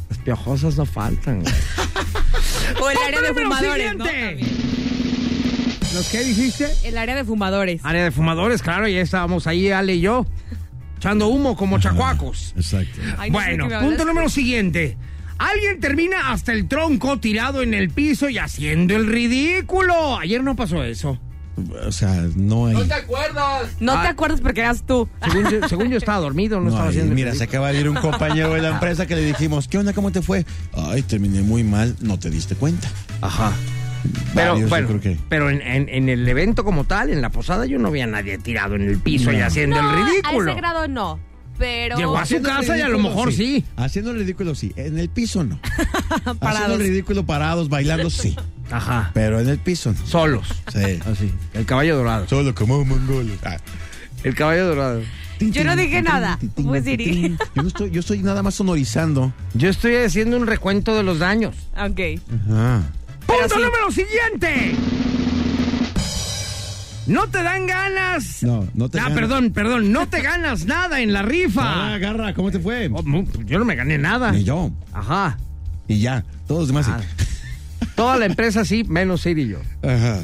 Speaker 3: Las piojosas no faltan. güey.
Speaker 4: O el área de
Speaker 3: Punto número
Speaker 4: fumadores. ¿no?
Speaker 3: siguiente.
Speaker 4: También.
Speaker 3: ¿Los qué dijiste?
Speaker 4: El área de fumadores.
Speaker 3: Área de fumadores, claro, ya estábamos ahí, Ale y yo, echando humo como chacuacos.
Speaker 5: Exacto.
Speaker 4: Ay, no sé de
Speaker 3: Bueno,
Speaker 4: qué me
Speaker 3: punto
Speaker 4: hablas.
Speaker 3: número siguiente. Alguien termina hasta el tronco tirado en el piso y haciendo el ridículo. Ayer no pasó eso.
Speaker 5: O sea, no hay.
Speaker 4: No te
Speaker 3: Ah.
Speaker 4: acuerdas porque eras tú.
Speaker 3: Según yo, según yo estaba dormido, no,
Speaker 5: no
Speaker 3: estaba
Speaker 5: hay.
Speaker 3: haciendo. el
Speaker 5: Mira, se
Speaker 3: ridículo.
Speaker 5: acaba de ir un compañero de la empresa que le dijimos, ¿qué onda? ¿Cómo te fue? Ay, terminé muy mal, no te diste cuenta.
Speaker 3: Ajá. Pero,
Speaker 5: Varios, yo
Speaker 3: bueno,
Speaker 5: creo que-
Speaker 3: pero en, en- en el evento como tal, en la posada, yo no vi a nadie tirado en el piso y
Speaker 5: No.
Speaker 3: haciendo
Speaker 4: No,
Speaker 3: el
Speaker 4: A
Speaker 3: ridículo.
Speaker 4: ese grado no. Pero.
Speaker 3: Llegó a su
Speaker 5: Haciendo el
Speaker 3: casa y a lo
Speaker 5: ridículo,
Speaker 3: mejor sí.
Speaker 5: Haciendo el ridículo, sí. En el piso, no. Haciendo
Speaker 4: Parados.
Speaker 5: el ridículo parados, bailando, sí.
Speaker 3: Ajá.
Speaker 5: Pero en el piso, no.
Speaker 3: Solos.
Speaker 5: Ah, Sí.
Speaker 3: Así. El caballo dorado.
Speaker 5: Solo como un mongolo. Ah.
Speaker 3: El caballo dorado.
Speaker 4: Yo no dije nada. Pues Siri.
Speaker 5: Yo, no estoy, yo estoy nada más sonorizando.
Speaker 3: Yo estoy haciendo un recuento de los daños.
Speaker 4: Ok.
Speaker 5: Ajá.
Speaker 3: Punto número siguiente. No te dan ganas.
Speaker 5: No, no te
Speaker 3: Ah,
Speaker 5: ganas.
Speaker 3: perdón, perdón. No te ganas nada en la rifa.
Speaker 5: Ah, agarra, ¿cómo te fue?
Speaker 3: Oh, mu- yo no me gané nada.
Speaker 5: Ni yo.
Speaker 3: Ajá.
Speaker 5: Y ya. Todos los demás. sí.
Speaker 3: Ah. Toda la empresa sí, menos Siri y yo.
Speaker 5: Ajá.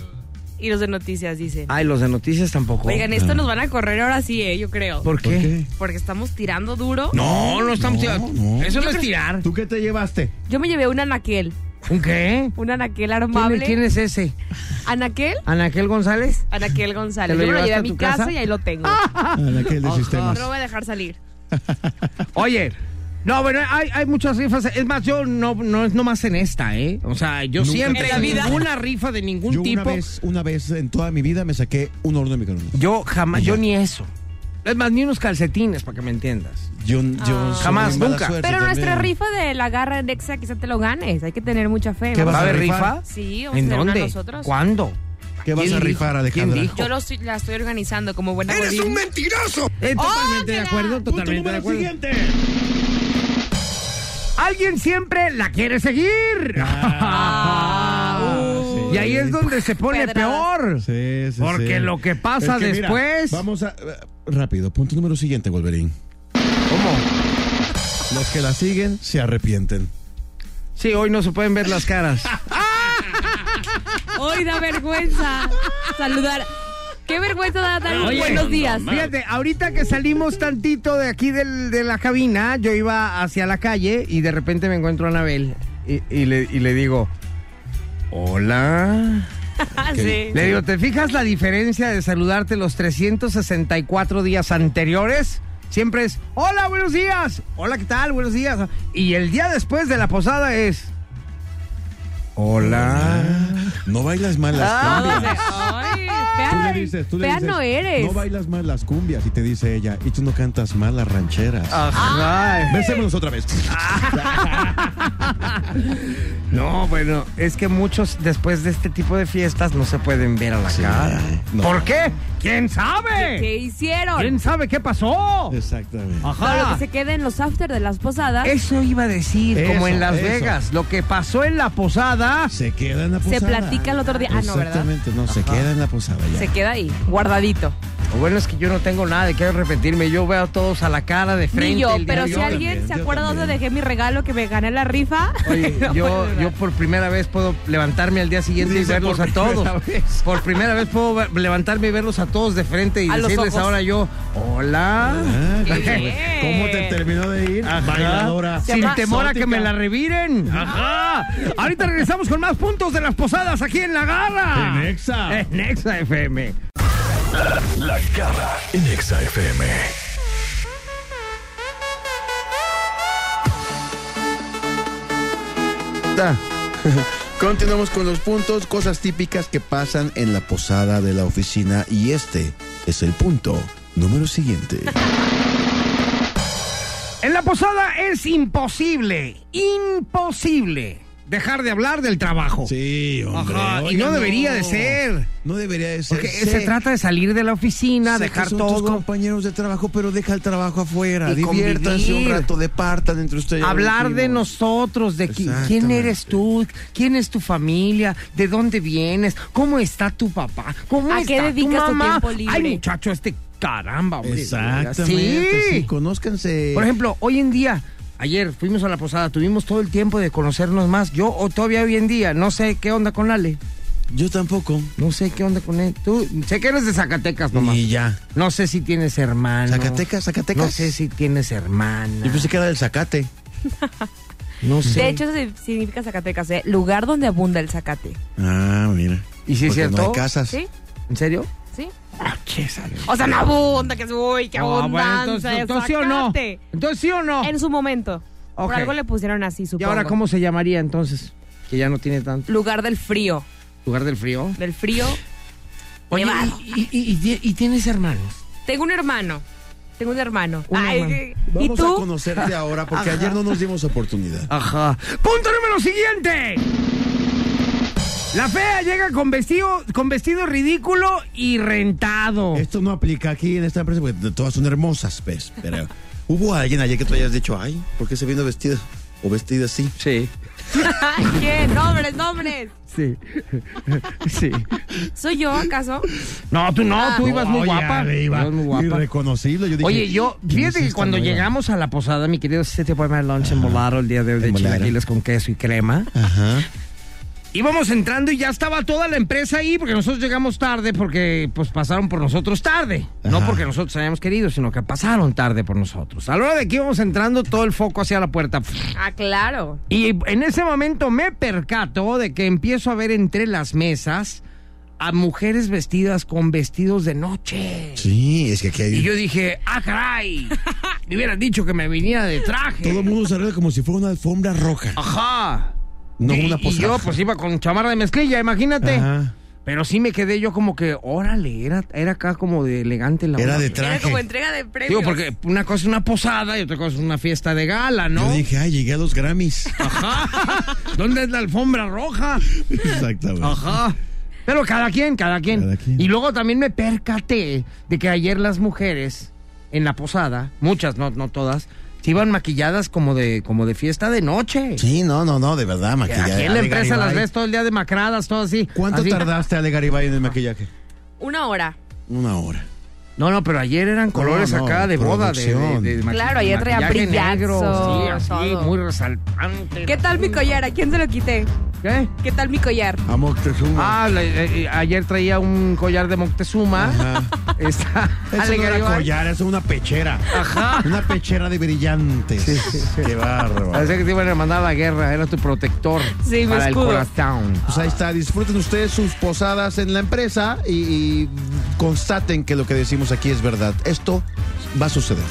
Speaker 4: Y los de noticias dicen.
Speaker 3: Ay, los de noticias tampoco.
Speaker 4: Oigan, esto nos van a correr ahora sí, eh, yo creo.
Speaker 3: ¿Por
Speaker 5: ¿Por
Speaker 3: qué?
Speaker 5: qué?
Speaker 4: Porque estamos tirando duro.
Speaker 3: No, no estamos
Speaker 5: No,
Speaker 3: tirando.
Speaker 5: no.
Speaker 3: Eso no es tirar.
Speaker 5: ¿Tú qué te llevaste?
Speaker 4: Yo me llevé un anaquel.
Speaker 3: ¿Un qué?
Speaker 4: Un anaquel
Speaker 3: ¿Quién,
Speaker 4: armable.
Speaker 3: quién es ese?
Speaker 4: ¿Anaquel?
Speaker 3: ¿Anaquel González?
Speaker 4: Anaquel González.
Speaker 3: ¿Te lo
Speaker 4: Yo me
Speaker 3: llevaste
Speaker 4: lo llevé
Speaker 3: a
Speaker 4: a mi
Speaker 3: tu
Speaker 4: casa?
Speaker 3: casa?
Speaker 4: y ahí lo tengo.
Speaker 5: Ah, la que de sistemas.
Speaker 4: No me voy a dejar salir.
Speaker 3: Oye. No, bueno, hay, hay muchas rifas. Es más, yo no, no es nomás en esta, ¿eh? O sea, yo
Speaker 5: Nunca
Speaker 3: siempre.
Speaker 4: en la vida.
Speaker 3: Ninguna rifa de ningún
Speaker 5: Yo
Speaker 3: tipo.
Speaker 5: una vez, una vez en toda mi vida me saqué un horno de microondas.
Speaker 3: Yo jamás,
Speaker 5: Y
Speaker 3: yo
Speaker 5: ya.
Speaker 3: ni eso. Es más, ni unos calcetines, para que me entiendas.
Speaker 5: Yo, yo soy
Speaker 3: Ah. Jamás,
Speaker 5: muy mala
Speaker 3: nunca.
Speaker 5: suerte
Speaker 4: Pero nuestra
Speaker 5: también.
Speaker 4: rifa de la garra en Exa quizá te lo ganes. Hay que tener mucha fe.
Speaker 5: ¿Qué
Speaker 4: Vamos
Speaker 5: vas
Speaker 3: ¿Va a
Speaker 5: a
Speaker 3: haber
Speaker 5: rifar?
Speaker 3: rifa?
Speaker 4: Sí, vamos
Speaker 3: ¿En
Speaker 4: a hacer una
Speaker 3: dónde?
Speaker 4: nosotros.
Speaker 3: ¿Cuándo?
Speaker 5: ¿Qué vas
Speaker 3: ¿Quién
Speaker 5: a
Speaker 3: dijo?
Speaker 5: rifar, Alejandra?
Speaker 3: ¿Quién dijo?
Speaker 4: Yo lo estoy- la estoy organizando como buena
Speaker 10: ¡Eres
Speaker 4: godín.
Speaker 10: un mentiroso!
Speaker 3: Eh, totalmente de
Speaker 4: ¡Ópera!
Speaker 3: acuerdo,
Speaker 5: Punto
Speaker 3: totalmente de
Speaker 5: número
Speaker 3: acuerdo.
Speaker 5: siguiente.
Speaker 3: Alguien siempre la quiere seguir.
Speaker 4: Ah,
Speaker 5: sí.
Speaker 3: y ahí es donde se pone peor.
Speaker 4: Pedradas.
Speaker 5: Sí, sí,
Speaker 3: Porque
Speaker 5: sí.
Speaker 3: lo que pasa
Speaker 5: Es que mira,
Speaker 3: después.
Speaker 5: vamos a. eh, Rápido, punto número siguiente, Wolverine.
Speaker 3: ¿Cómo?
Speaker 5: Los que la siguen se arrepienten.
Speaker 3: Sí, hoy no se pueden ver las caras.
Speaker 4: Hoy da vergüenza saludar. Qué vergüenza da dar un
Speaker 3: Oye,
Speaker 4: buenos días.
Speaker 3: Fíjate, ahorita que salimos tantito de aquí del- de la cabina, yo iba hacia la calle y de repente me encuentro a Anabel y, y le, y le digo, hola.
Speaker 4: Ah, sí.
Speaker 3: Le digo, ¿te fijas la diferencia de saludarte los 364 días anteriores? Siempre es, hola, buenos días, hola, ¿qué tal? Buenos días. Y el día después de la posada es, hola.
Speaker 5: No bailas malas.
Speaker 3: Ah,
Speaker 4: Dice, "Ay, fea,
Speaker 5: Tú le dices, tú le
Speaker 4: fea
Speaker 5: dices,
Speaker 4: no eres.
Speaker 5: No bailas mal las cumbias, y te dice ella, y tú no cantas mal las rancheras.
Speaker 3: Ah. Ajá.
Speaker 5: Besémonos otra vez.
Speaker 3: No, bueno, es que muchos después de este tipo de fiestas no se pueden ver a la cara.
Speaker 5: No.
Speaker 11: ¿Por qué? ¿Quién sabe?
Speaker 4: ¿Qué hicieron?
Speaker 11: ¿Quién sabe qué pasó?
Speaker 3: Ah,
Speaker 5: Exactamente.
Speaker 4: Todo lo
Speaker 11: Ajá.
Speaker 4: que se queda en los after de las posadas
Speaker 3: Eso iba a decir,
Speaker 5: Eso,
Speaker 3: como en Las
Speaker 5: eso.
Speaker 3: Vegas, lo que pasó en la posada.
Speaker 5: Se queda en la posada.
Speaker 4: se platica el otro día. Ah, no, ¿verdad?
Speaker 5: Exactamente, no, se queda en la posada ya.
Speaker 4: Se queda ahí, guardadito.
Speaker 3: Lo bueno es que yo no tengo nada de qué arrepentirme. Yo veo a todos a la cara de frente.
Speaker 4: Ni yo,
Speaker 3: el día
Speaker 4: pero
Speaker 3: de
Speaker 4: si
Speaker 3: hoy.
Speaker 4: alguien
Speaker 5: también,
Speaker 4: se
Speaker 5: yo
Speaker 4: acuerda dónde
Speaker 5: también.
Speaker 4: dejé mi regalo que me gané la rifa.
Speaker 3: Oye,
Speaker 4: no puedo
Speaker 3: yo,
Speaker 4: llorar.
Speaker 3: yo por primera vez puedo levantarme al día siguiente y
Speaker 5: Dice,
Speaker 3: verlos
Speaker 5: por
Speaker 3: a todos.
Speaker 5: primera vez.
Speaker 3: Por primera vez puedo ver- levantarme y verlos a todos de frente y
Speaker 4: A los
Speaker 3: decirles
Speaker 4: ojos.
Speaker 3: ahora yo, hola.
Speaker 5: Ah,
Speaker 4: Qué
Speaker 5: ¿cómo-
Speaker 4: bien.
Speaker 5: ¿Cómo te terminó de ir?
Speaker 3: Ajá.
Speaker 5: Ah, Bailadora.
Speaker 4: Se
Speaker 3: Sin
Speaker 4: llama
Speaker 3: temor a que
Speaker 5: exótica.
Speaker 3: me la reviren.
Speaker 11: Ajá. Ahorita regresamos con más puntos de las posadas aquí en la garra.
Speaker 5: En
Speaker 3: Eh.
Speaker 5: Exa.
Speaker 11: En Exa FM.
Speaker 2: La garra en Exa FM.
Speaker 12: Ta. Continuamos con los puntos, cosas típicas que pasan en la posada de la oficina y este es el punto número siguiente.
Speaker 11: En la posada es imposible, imposible dejar de hablar del trabajo.
Speaker 5: Sí, hombre.
Speaker 11: Ajá, y
Speaker 5: oiga,
Speaker 11: no debería de ser.
Speaker 5: No debería de ser.
Speaker 3: Porque
Speaker 5: Sé-
Speaker 3: se trata de salir de la oficina,
Speaker 5: sé
Speaker 3: dejar
Speaker 5: que son tus
Speaker 3: todo,
Speaker 5: compañeros de trabajo, pero deja el trabajo afuera.
Speaker 3: Y
Speaker 5: Diviértanse
Speaker 3: convivir.
Speaker 5: un rato, departan entre ustedes.
Speaker 3: hablar de nosotros,
Speaker 5: nosotros.
Speaker 3: de qui- quién
Speaker 5: Exactamente.
Speaker 3: eres tú, quién es tu familia, de dónde vienes, cómo está tu papá, cómo
Speaker 4: ¿A
Speaker 3: está
Speaker 4: qué dedicas tu
Speaker 3: tu mamá.
Speaker 4: tiempo libre?
Speaker 3: Ay, muchacho, este caramba, hombre.
Speaker 5: Exactamente.
Speaker 3: Sí.
Speaker 5: Sí, conózcanse.
Speaker 3: Por ejemplo, hoy en día, ayer fuimos a la posada, tuvimos todo el tiempo de conocernos más. Yo, o todavía hoy en día, no sé qué onda con Ale.
Speaker 5: yo tampoco.
Speaker 3: No sé qué onda con él. Tú, sé que eres de Zacatecas nomás.
Speaker 5: Y ya.
Speaker 3: No sé si tienes hermanos.
Speaker 5: Zacatecas, Zacatecas.
Speaker 3: No sé si tienes hermana.
Speaker 5: Yo pensé que era del Zacate.
Speaker 3: No sé.
Speaker 4: De hecho, eso se- significa Zacatecas, ¿eh? lugar donde abunda el zacate.
Speaker 5: Ah, mira.
Speaker 3: ¿Y si es
Speaker 5: Porque
Speaker 3: cierto?
Speaker 5: No hay casas.
Speaker 4: ¿Sí?
Speaker 3: ¿En serio?
Speaker 4: ¿Sí?
Speaker 3: Ah, che, sale.
Speaker 4: O sea, no abunda, que es uy, qué
Speaker 3: Ah, bueno,
Speaker 4: abundancia.
Speaker 3: entonces,
Speaker 4: de
Speaker 3: entonces sí o no.
Speaker 4: zacate.
Speaker 3: Entonces sí o no.
Speaker 4: En su momento.
Speaker 3: Ok.
Speaker 4: Por algo le pusieron así,
Speaker 3: ¿Y
Speaker 4: supongo.
Speaker 3: ahora cómo se llamaría entonces? Que ya no tiene tanto.
Speaker 4: Lugar del frío.
Speaker 3: Lugar del frío.
Speaker 4: Del frío.
Speaker 3: Oye,
Speaker 4: Nevado.
Speaker 3: y, y- y- y- y tienes hermanos.
Speaker 4: Tengo un hermano. Tengo un hermano.
Speaker 3: Un
Speaker 4: Ay,
Speaker 3: hermano.
Speaker 4: ¿qué- ¿Y
Speaker 12: Vamos a
Speaker 4: tú?
Speaker 12: conocerte ahora porque ayer no nos dimos oportunidad.
Speaker 5: Ah,
Speaker 3: Ajá.
Speaker 11: Punto número siguiente. La fea llega con vestido, con vestido ridículo y rentado.
Speaker 5: Esto no aplica aquí en esta empresa porque todas son hermosas, ¿ves? Pero hubo alguien ayer que tú hayas dicho, ay, ¿por qué se vino vestida o vestida así?
Speaker 3: Sí.
Speaker 4: Ay, ¿qué? Nombres, nombres.
Speaker 3: Sí. sí.
Speaker 4: ¿Soy yo acaso?
Speaker 3: No, tú Ah. no, tú ibas muy
Speaker 5: Oye,
Speaker 3: guapa.
Speaker 5: arriba,
Speaker 3: Ibas muy guapa.
Speaker 5: Irreconocible. Yo dije,
Speaker 3: Oye, yo,
Speaker 5: "¿Quién es
Speaker 3: fíjate que
Speaker 5: esta
Speaker 3: cuando
Speaker 5: nueva?"
Speaker 3: llegamos a la posada, mi querido, este te poema de lunch embolado el día de hoy de
Speaker 5: Embolado.
Speaker 3: chilaquiles con queso y crema.
Speaker 5: Ajá.
Speaker 3: Íbamos entrando y ya estaba toda la empresa ahí, porque nosotros llegamos tarde, porque pues pasaron por nosotros tarde. No
Speaker 5: Ajá.
Speaker 3: porque nosotros hayamos querido, sino que pasaron tarde por nosotros. A la hora de que íbamos entrando, todo el foco hacia la puerta.
Speaker 4: Ah, claro.
Speaker 3: Y en ese momento me percato de que empiezo a ver entre las mesas a mujeres vestidas con vestidos de noche.
Speaker 5: Sí, es que aquí hay...
Speaker 3: Y yo dije, ah, caray, me hubieran dicho que me viniera de traje.
Speaker 5: Todo el mundo se arregla como si fuera una alfombra roja.
Speaker 3: Ajá.
Speaker 5: No
Speaker 3: Ah, y,
Speaker 5: una
Speaker 3: y
Speaker 5: posada.
Speaker 3: yo pues iba con chamarra de mezclilla, imagínate.
Speaker 5: Ajá.
Speaker 3: Pero sí me quedé yo como que, órale, era, era acá como de elegante la
Speaker 5: Era
Speaker 3: onda.
Speaker 5: de
Speaker 4: Era como
Speaker 5: traje.
Speaker 4: entrega de premios.
Speaker 3: Digo, porque una cosa es una posada y otra cosa es una fiesta de gala, ¿no?
Speaker 5: Yo dije, ay, llegué a los Grammys.
Speaker 3: Ajá. ¿Dónde es la alfombra roja?
Speaker 5: Exactamente.
Speaker 3: Ajá. Pues, Pero cada quien, cada quien.
Speaker 5: Cada quien.
Speaker 3: Y luego también me percaté de que ayer las mujeres en la posada, muchas, no, no todas, se iban maquilladas como de, como de fiesta de noche.
Speaker 5: Sí, no, no, no, de verdad, maquillaje.
Speaker 3: Aquí en la
Speaker 5: Ale
Speaker 3: empresa las
Speaker 5: Garibay.
Speaker 3: ves todo el día de macradas, todo así.
Speaker 5: ¿Cuánto
Speaker 3: así.
Speaker 5: tardaste, Ale Garibay, en el maquillaje?
Speaker 4: Una hora.
Speaker 5: Una hora.
Speaker 3: No, no, pero ayer eran colores
Speaker 5: no,
Speaker 3: acá de boda, de,
Speaker 5: producción.
Speaker 3: de- de maqui-
Speaker 4: Claro, ayer traía
Speaker 3: maquillaje
Speaker 4: brillazos,
Speaker 3: negro, sí, así,
Speaker 4: todo.
Speaker 3: muy resaltante.
Speaker 4: ¿Qué tal mi collar? ¿A quién se lo quité?
Speaker 3: ¿Qué?
Speaker 4: ¿Qué tal mi collar?
Speaker 5: A Moctezuma.
Speaker 3: Ah, la- eh, eh, ayer traía un collar de Moctezuma.
Speaker 5: Ajá.
Speaker 3: Está
Speaker 5: Eso
Speaker 3: Ale
Speaker 5: no era
Speaker 3: Garibay.
Speaker 5: collar, eso era una pechera. Ajá. Una pechera de brillantes. Qué bárbaro.
Speaker 3: Parecía que te iban a mandar a la guerra, era tu protector
Speaker 4: Sí, mi
Speaker 3: para el
Speaker 4: escudo.
Speaker 3: corazón.
Speaker 5: Pues ahí está, disfruten ustedes sus posadas en la empresa y, y constaten que lo que decimos aquí es verdad. Esto va a suceder.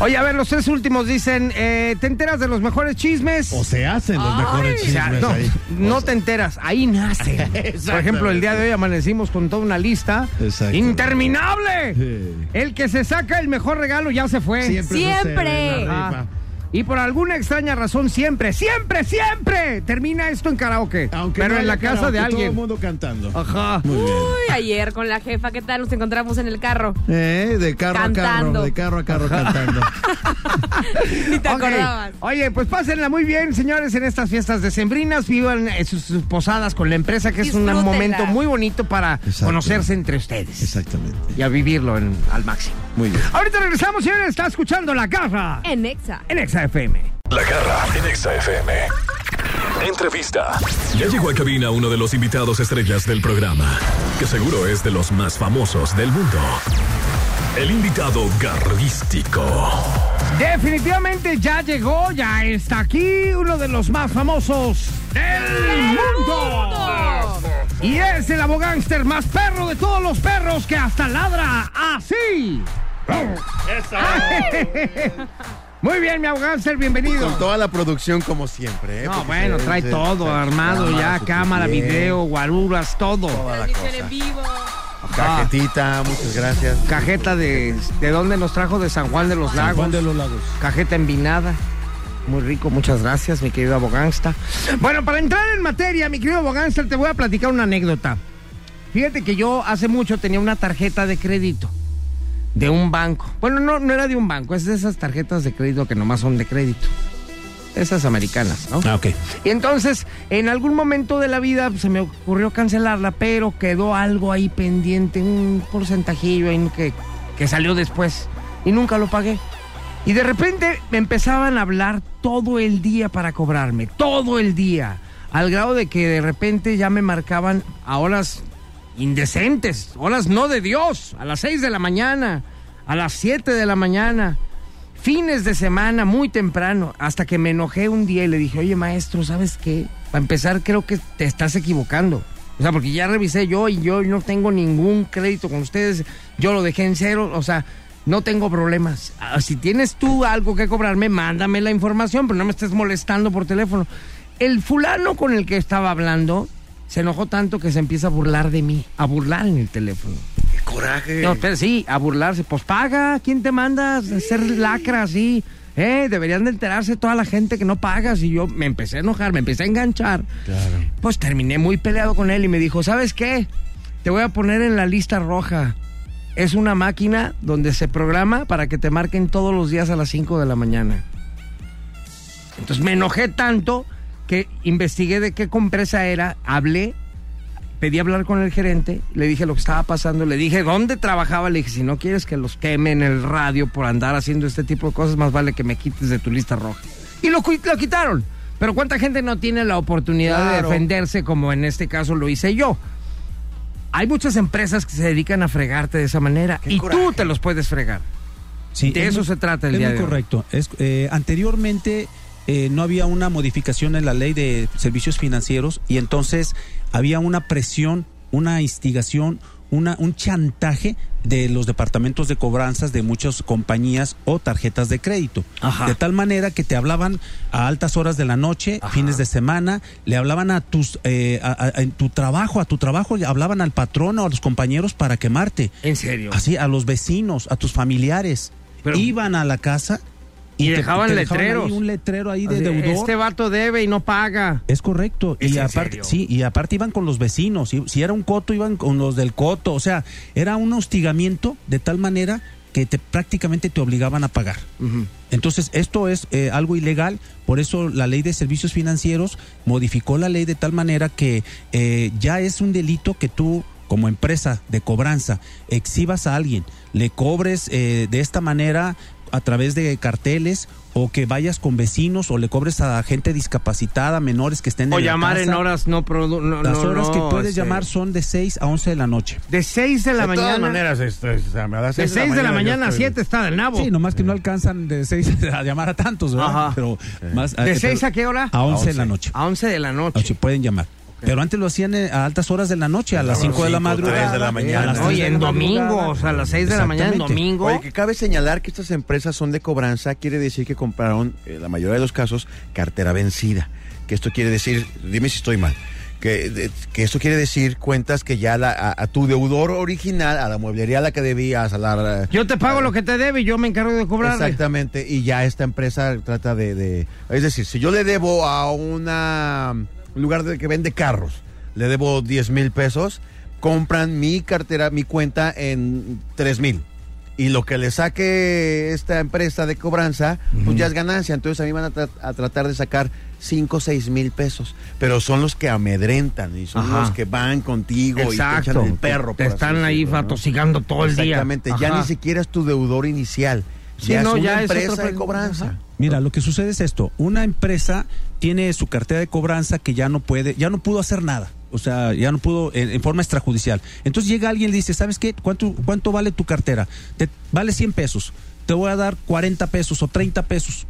Speaker 3: Oye, a ver, los tres últimos dicen, eh, ¿te enteras de los mejores chismes?
Speaker 6: O se hacen los mejores
Speaker 3: O sea,
Speaker 6: chismes
Speaker 3: no,
Speaker 6: ahí.
Speaker 3: no te enteras, ahí nace. Por ejemplo, el día de hoy amanecimos con toda una lista
Speaker 6: Exacto.
Speaker 3: interminable.
Speaker 6: Sí.
Speaker 3: El que se saca el mejor regalo ya se fue.
Speaker 4: Siempre.
Speaker 6: sucede en la rifa.
Speaker 3: Ah, y por alguna extraña razón, siempre, siempre, siempre termina esto en karaoke.
Speaker 6: Aunque
Speaker 3: pero
Speaker 6: no
Speaker 3: en la
Speaker 6: haya
Speaker 3: casa
Speaker 6: karaoke, Todo
Speaker 3: de
Speaker 6: el
Speaker 3: alguien.
Speaker 6: mundo cantando.
Speaker 3: Ajá.
Speaker 6: Muy bien.
Speaker 4: Uy, ayer con la jefa, ¿qué tal? Nos encontramos en el carro.
Speaker 6: Eh, de carro a
Speaker 4: Cantando.
Speaker 6: carro, de carro a carro cantando.
Speaker 4: Ni te
Speaker 3: Ok.
Speaker 4: acordabas.
Speaker 3: Oye, pues pásenla muy bien, señores, en estas fiestas decembrinas. Vivan eh, sus, sus posadas con la empresa, que es un
Speaker 4: Disfrútenlas.
Speaker 3: momento muy bonito para
Speaker 6: Exacto.
Speaker 3: conocerse entre ustedes
Speaker 6: Exactamente.
Speaker 3: y a vivirlo en- al máximo.
Speaker 6: Muy bien.
Speaker 3: Ahorita regresamos, señores. Está escuchando La Garra
Speaker 4: En Exa.
Speaker 3: en Exa FM.
Speaker 13: La garra en Exa FM. Entrevista.
Speaker 2: Ya llegó a cabina uno de los invitados estrellas del programa, que seguro es de los más famosos del mundo. El invitado garrístico.
Speaker 3: Definitivamente ya llegó, ya está aquí uno de los más famosos del mundo. Y es el abogánster más perro de todos los perros que hasta ladra así. Ah, Muy bien, mi abogánster, bienvenido.
Speaker 5: Con toda la producción como siempre. ¿eh?
Speaker 3: No,
Speaker 5: Porque
Speaker 3: bueno,
Speaker 5: se-
Speaker 3: trae
Speaker 5: se-
Speaker 3: todo
Speaker 5: se-
Speaker 3: armado ya,
Speaker 5: su
Speaker 3: cámara,
Speaker 5: bien,
Speaker 3: video, guaruras, todo.
Speaker 5: toda la cosa.
Speaker 4: vivo.
Speaker 5: Cajetita, muchas gracias.
Speaker 3: Cajeta de... ¿De dónde nos trajo? De San Juan de los Lagos.
Speaker 6: Juan de los Lagos.
Speaker 3: Cajeta envinada. Muy rico, muchas gracias, mi querido abogánster. Bueno, para entrar en materia, mi querido abogánster, te voy a platicar una anécdota. Fíjate que yo hace mucho tenía una tarjeta de crédito de un banco. Bueno, no, no era de un banco, es de esas tarjetas de crédito que nomás son de crédito. Esas americanas, ¿no?
Speaker 6: Ah, ok.
Speaker 3: Y entonces, en algún momento de la vida pues, se me ocurrió cancelarla, pero quedó algo ahí pendiente, un porcentajillo ahí que, que salió después. Y nunca lo pagué. Y de repente me empezaban a hablar todo el día para cobrarme, todo el día. Al grado de que de repente ya me marcaban a horas indecentes, horas no de Dios, a las 6 de la mañana, a las 7 de la mañana fines de semana, muy temprano, hasta que me enojé un día y le dije, oye maestro, ¿sabes qué? Para empezar, creo que te estás equivocando. O sea, porque ya revisé yo y yo no tengo ningún crédito con ustedes, yo lo dejé en cero, o sea, no tengo problemas. Ah, Si tienes tú algo que cobrarme, mándame la información, pero no me estés molestando por teléfono. El fulano con el que estaba hablando se enojó tanto que se empieza a burlar de mí, a burlar en el teléfono.
Speaker 5: Coraje.
Speaker 3: No, pero sí, a burlarse. Pues paga, ¿quién te manda a hacer lacra así? Eh, deberían de enterarse toda la gente que no pagas. Y yo me empecé a enojar, me empecé a enganchar. Claro. Pues terminé muy peleado con él y me dijo, ¿sabes qué? Te voy a poner en la lista roja. Es una máquina donde se programa para que te marquen todos los días a las 5 de la mañana. Entonces me enojé tanto que investigué de qué compresa era, hablé pedí hablar con el gerente, le dije lo que estaba pasando, le dije dónde trabajaba, le dije, si no quieres que los queme en el radio por andar haciendo este tipo de cosas, más vale que me quites de tu lista roja. Y lo, qui- lo quitaron. Pero ¿cuánta gente no tiene la oportunidad de
Speaker 5: Claro.
Speaker 3: defenderse como en este caso lo hice yo? Hay muchas empresas que se dedican a fregarte de esa manera y tú te los puedes fregar.
Speaker 14: Sí,
Speaker 3: De
Speaker 14: es
Speaker 3: eso
Speaker 14: muy-
Speaker 3: se trata el
Speaker 14: es
Speaker 3: día
Speaker 14: muy
Speaker 3: de hoy.
Speaker 14: correcto. Es, eh, anteriormente eh, no había una modificación en la ley de servicios financieros y entonces había una presión, una instigación, una, un chantaje de los departamentos de cobranzas de muchas compañías o tarjetas de crédito.
Speaker 3: Ajá.
Speaker 14: De tal manera que te hablaban a altas horas de la noche, fines de semana, le hablaban a tus, eh, a- a- en tu trabajo, a tu trabajo, y hablaban al patrón o a los compañeros para quemarte.
Speaker 3: En serio.
Speaker 14: Así, a los vecinos, a tus familiares.
Speaker 3: Pero-
Speaker 14: Iban a la casa
Speaker 3: Y dejaban letreros.
Speaker 14: ahí un letrero ahí de
Speaker 3: Así,
Speaker 14: deudor.
Speaker 3: Este vato debe y no paga.
Speaker 14: Es correcto.
Speaker 3: ¿Es
Speaker 14: y
Speaker 3: en
Speaker 14: aparte,
Speaker 3: serio?
Speaker 14: sí, y aparte iban con los vecinos. Si, si era un coto, iban con los del coto. O sea, era un hostigamiento de tal manera que te, prácticamente te obligaban a pagar. Entonces, esto es eh, algo ilegal, por eso la ley de servicios financieros modificó la ley de tal manera que eh, ya es un delito que tú, como empresa de cobranza, exhibas a alguien, le cobres eh, de esta manera a través de carteles o que vayas con vecinos o le cobres a gente discapacitada, menores que estén
Speaker 3: O
Speaker 14: en la
Speaker 3: llamar en
Speaker 14: casa.
Speaker 3: horas no produ- no-
Speaker 14: Las
Speaker 3: no-
Speaker 14: horas que
Speaker 3: no,
Speaker 14: puedes
Speaker 3: este,
Speaker 14: llamar son de 6 a 11 de la noche.
Speaker 3: De 6 de la
Speaker 5: de
Speaker 3: mañana.
Speaker 5: todas maneras, esto es- o sea, me das
Speaker 3: De
Speaker 5: seis
Speaker 3: 6 de la mañana a
Speaker 5: yo estoy-
Speaker 3: 7 está del nabo.
Speaker 14: Sí, nomás que no alcanzan de 6 a llamar a tantos, ¿verdad?
Speaker 3: Ajá.
Speaker 14: Pero más,
Speaker 3: ¿De
Speaker 14: eh,
Speaker 3: 6
Speaker 14: pero-
Speaker 3: a qué hora?
Speaker 14: A 11 de la noche.
Speaker 3: A 11 de la
Speaker 14: Ah, sí,
Speaker 3: noche.
Speaker 14: pueden llamar.
Speaker 3: Ok.
Speaker 14: Pero antes lo hacían eh, a altas horas de la noche, a las 5 de la
Speaker 15: cinco,
Speaker 14: madrugada.
Speaker 15: tres de la mañana.
Speaker 14: a las
Speaker 3: No,
Speaker 14: tres
Speaker 3: y
Speaker 14: de
Speaker 3: en
Speaker 14: la madrugada.
Speaker 3: domingos, a las 6 de la mañana, en
Speaker 14: Exactamente.
Speaker 3: domingo.
Speaker 5: Oye, que cabe señalar que estas empresas son de cobranza, quiere decir que compraron, en la mayoría de los casos, cartera vencida. Que esto quiere decir, dime si estoy mal, que, de- que esto quiere decir cuentas que ya la- a, a tu deudor original, a la mueblería a la que debías, a la...
Speaker 3: yo te pago lo que te debe y yo me encargo de cobrar.
Speaker 5: Exactamente, y ya esta empresa trata de, de- Es decir, si yo le debo a una un lugar de que vende carros, le debo 10 mil pesos, compran mi cartera, mi cuenta en 3 mil. Y lo que le saque esta empresa de cobranza, pues ya es ganancia. Entonces a mí van a, tra- a tratar de sacar 5 o 6 mil pesos. Pero son los que amedrentan y son
Speaker 3: Ajá.
Speaker 5: los que van contigo y te
Speaker 3: Exacto.
Speaker 5: echan el perro.
Speaker 3: Te
Speaker 5: por así
Speaker 3: están ahí
Speaker 5: decirlo, ¿no?
Speaker 3: fatosigando todo el día.
Speaker 5: Exactamente, ya
Speaker 3: Ajá.
Speaker 5: ni siquiera es tu deudor inicial.
Speaker 3: Sí,
Speaker 5: ya
Speaker 3: no,
Speaker 5: es una
Speaker 3: ya es
Speaker 5: empresa
Speaker 3: otro
Speaker 5: de
Speaker 3: pre-
Speaker 5: cobranza.
Speaker 3: Ajá.
Speaker 14: Mira, lo que sucede es esto, una empresa tiene su cartera de cobranza que ya no puede, ya no pudo hacer nada. O sea, ya no pudo en, en forma extrajudicial. Entonces llega alguien y le dice, ¿sabes qué? ¿Cuánto, cuánto vale tu cartera? Te, vale 100 pesos. Te voy a dar 40 pesos o 30 pesos.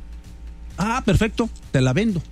Speaker 14: Ah, perfecto, te la vendo.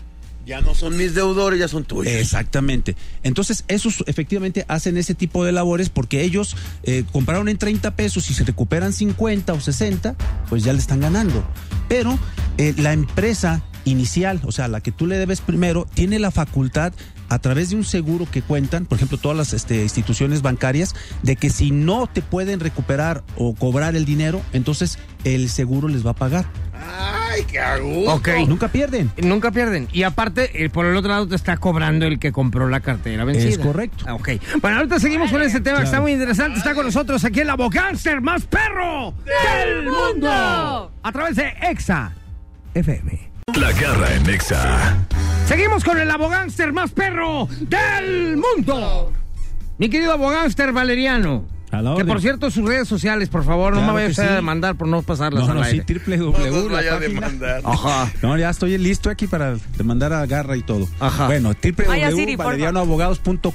Speaker 5: Ya no son mis deudores, ya son tuyos.
Speaker 14: Exactamente. Entonces, esos efectivamente hacen ese tipo de labores porque ellos eh, compraron en 30 pesos y si recuperan 50 o 60, pues ya le están ganando. Pero eh, la empresa inicial, o sea, la que tú le debes primero, tiene la facultad a través de un seguro que cuentan, por ejemplo, todas las este, instituciones bancarias, de que si no te pueden recuperar o cobrar el dinero, entonces el seguro les va a pagar.
Speaker 5: Ay, qué agudo.
Speaker 3: Ok.
Speaker 14: Nunca pierden.
Speaker 3: Nunca pierden. Y aparte, eh, por el otro lado te está cobrando el que compró la cartera vencida.
Speaker 14: Es correcto.
Speaker 3: Ah, ok. Bueno, ahorita seguimos con este tema que está muy interesante. Está con nosotros aquí el abogánster más perro del mundo. A través de EXA FM.
Speaker 2: La garra en Nexa.
Speaker 3: Seguimos con el abogánster más perro del mundo. Mi querido abogánster Valeriano.
Speaker 14: A la
Speaker 3: Que
Speaker 14: orden.
Speaker 3: por cierto, sus redes sociales, por favor, no
Speaker 14: Claro
Speaker 3: me vayas
Speaker 14: que
Speaker 3: a
Speaker 14: sí.
Speaker 3: demandar por no pasarlas
Speaker 14: No,
Speaker 3: al
Speaker 14: no, sí,
Speaker 3: aire.
Speaker 14: triple W, la página.
Speaker 3: Ajá.
Speaker 14: No, ya estoy listo aquí para demandar a Garra y todo.
Speaker 3: Ajá.
Speaker 14: Bueno,
Speaker 4: Vaya, Siri, por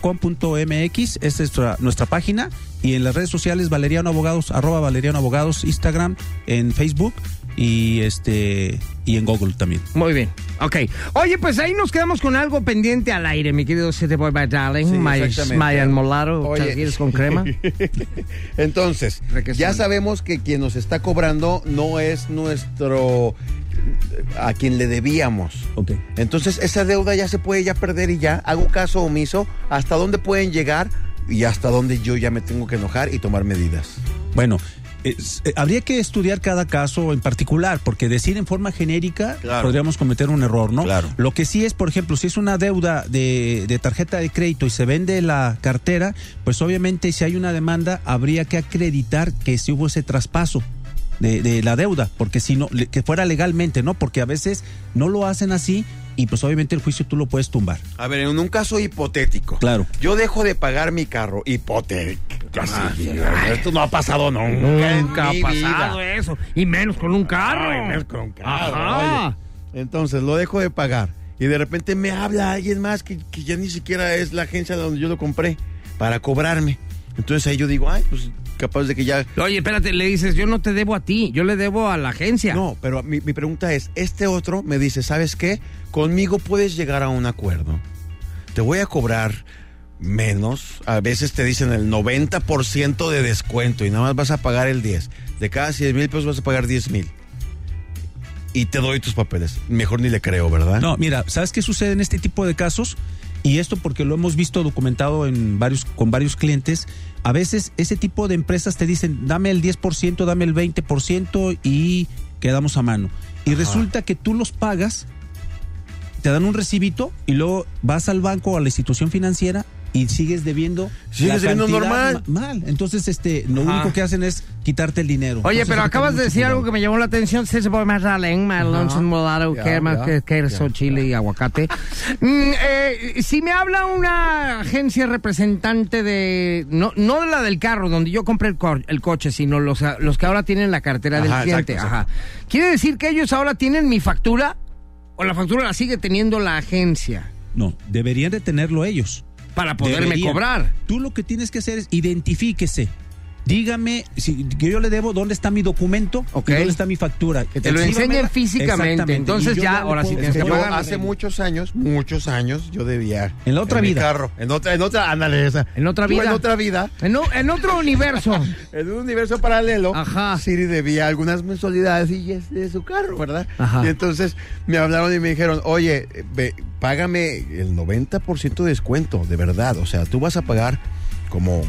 Speaker 14: www.valerianoabogados.com.mx es nuestra, nuestra página y en las redes sociales Valeriano Abogados, arroba Valeriano Abogados, Instagram, en Facebook y este y en Google también.
Speaker 3: Muy bien. Ok. Oye, pues ahí nos quedamos con algo pendiente al aire, mi querido City Boy by Darling.
Speaker 5: Sí,
Speaker 3: May-
Speaker 5: exactamente.
Speaker 3: Mayan Molaro,
Speaker 5: Oye.
Speaker 3: Chasquillos con crema.
Speaker 5: Entonces,
Speaker 3: Requesón.
Speaker 5: ya sabemos que quien nos está cobrando no es nuestro a quien le debíamos.
Speaker 14: Ok.
Speaker 5: Entonces, esa deuda ya se puede ya perder y ya hago caso omiso hasta dónde pueden llegar y hasta dónde yo ya me tengo que enojar y tomar medidas.
Speaker 14: Bueno, es- eh, habría que estudiar cada caso en particular, porque decir en forma genérica
Speaker 5: Claro.
Speaker 14: podríamos cometer un error, ¿no?
Speaker 5: Claro.
Speaker 14: Lo que sí es, por ejemplo, si es una deuda de, de tarjeta de crédito y se vende la cartera, pues obviamente si hay una demanda habría que acreditar que sí hubo ese traspaso. De, de la deuda, porque si no, le- que fuera legalmente, ¿no? Porque a veces no lo hacen así y pues obviamente el juicio tú lo puedes tumbar.
Speaker 5: A ver, en un caso hipotético.
Speaker 14: Claro.
Speaker 5: Yo dejo de pagar mi carro hipotético.
Speaker 3: Ah,
Speaker 5: Esto no ha pasado nunca. en
Speaker 3: Nunca ha
Speaker 5: mi
Speaker 3: pasado
Speaker 5: vida.
Speaker 3: eso. Y menos con un carro.
Speaker 5: Ay, menos con un carro,
Speaker 3: Ajá.
Speaker 5: Entonces lo dejo de pagar y de repente me habla alguien más que, que ya ni siquiera es la agencia donde yo lo compré para cobrarme. Entonces ahí yo digo, ay, pues capaz de que ya...
Speaker 3: Oye, espérate, le dices, yo no te debo a ti, yo le debo a la agencia.
Speaker 5: No, pero mi, mi pregunta es, este otro me dice, ¿sabes qué? Conmigo puedes llegar a un acuerdo. Te voy a cobrar menos. A veces te dicen el 90% de descuento y nada más vas a pagar el 10. De cada 100 mil pesos vas a pagar 10 mil. Y te doy tus papeles. Mejor ni le creo,
Speaker 3: Ah.
Speaker 5: ¿verdad?
Speaker 14: No, mira, ¿sabes qué sucede en este tipo de casos? Y esto porque lo hemos visto documentado en varios, con varios clientes. A veces ese tipo de empresas te dicen, dame el 10%, dame el 20% y quedamos a mano. Y resulta que tú los pagas, te dan un recibito y luego vas al banco o a la institución financiera y sigues debiendo.
Speaker 5: Sigues
Speaker 14: la
Speaker 5: debiendo
Speaker 14: cantidad
Speaker 5: normal.
Speaker 14: ma- Mal. Entonces, este, lo
Speaker 3: Ajá.
Speaker 14: único que hacen es quitarte el dinero.
Speaker 3: Oye,
Speaker 14: Entonces,
Speaker 3: pero
Speaker 14: hay que
Speaker 3: acabas
Speaker 14: tener
Speaker 3: de
Speaker 14: mucho
Speaker 3: decir algo que
Speaker 14: cuidado.
Speaker 3: me llamó la atención. Se se más Darling, my lunch and mulatto,
Speaker 5: Ya,
Speaker 3: que más
Speaker 5: ya,
Speaker 3: que queso, chile y aguacate. Mm, eh, si me habla una agencia representante de. No, no de la del carro, donde yo compré el, cor- el coche, sino los, a- los que ahora tienen la cartera del
Speaker 5: Ajá,
Speaker 3: cliente.
Speaker 5: exacto, exacto.
Speaker 3: Ajá. ¿Quiere decir que ellos ahora tienen mi factura? ¿O la factura la sigue teniendo la agencia?
Speaker 14: No, deberían de tenerlo ellos.
Speaker 3: Para poderme
Speaker 14: Deberían.
Speaker 3: cobrar.
Speaker 14: Tú lo que tienes que hacer es identifíquese. dígame si que yo le debo dónde está mi documento, y dónde está mi factura.
Speaker 3: Que te lo
Speaker 14: Exhíbamela.
Speaker 3: enseñen físicamente,
Speaker 14: Exactamente,
Speaker 3: entonces
Speaker 14: y yo
Speaker 3: ya,
Speaker 14: le
Speaker 3: ahora sí
Speaker 14: puedo-
Speaker 3: tienes
Speaker 14: Es
Speaker 3: que
Speaker 14: yo
Speaker 3: pagar.
Speaker 14: hace
Speaker 5: Hace
Speaker 14: mucho-
Speaker 5: muchos años, muchos años, yo debía.
Speaker 14: En la otra
Speaker 5: mi
Speaker 14: vida.
Speaker 5: carro. En otra, en otra, ándale, esa.
Speaker 3: En otra
Speaker 5: Yo
Speaker 3: vida.
Speaker 5: En otra vida.
Speaker 3: En, o- en otro universo.
Speaker 5: En un universo paralelo,
Speaker 3: Ajá.
Speaker 5: Siri debía algunas mensualidades y es de su carro, ¿verdad?
Speaker 3: Ajá.
Speaker 5: Y entonces me hablaron y me dijeron, oye, ve, págame el 90% de descuento, de verdad. O sea, tú vas a pagar como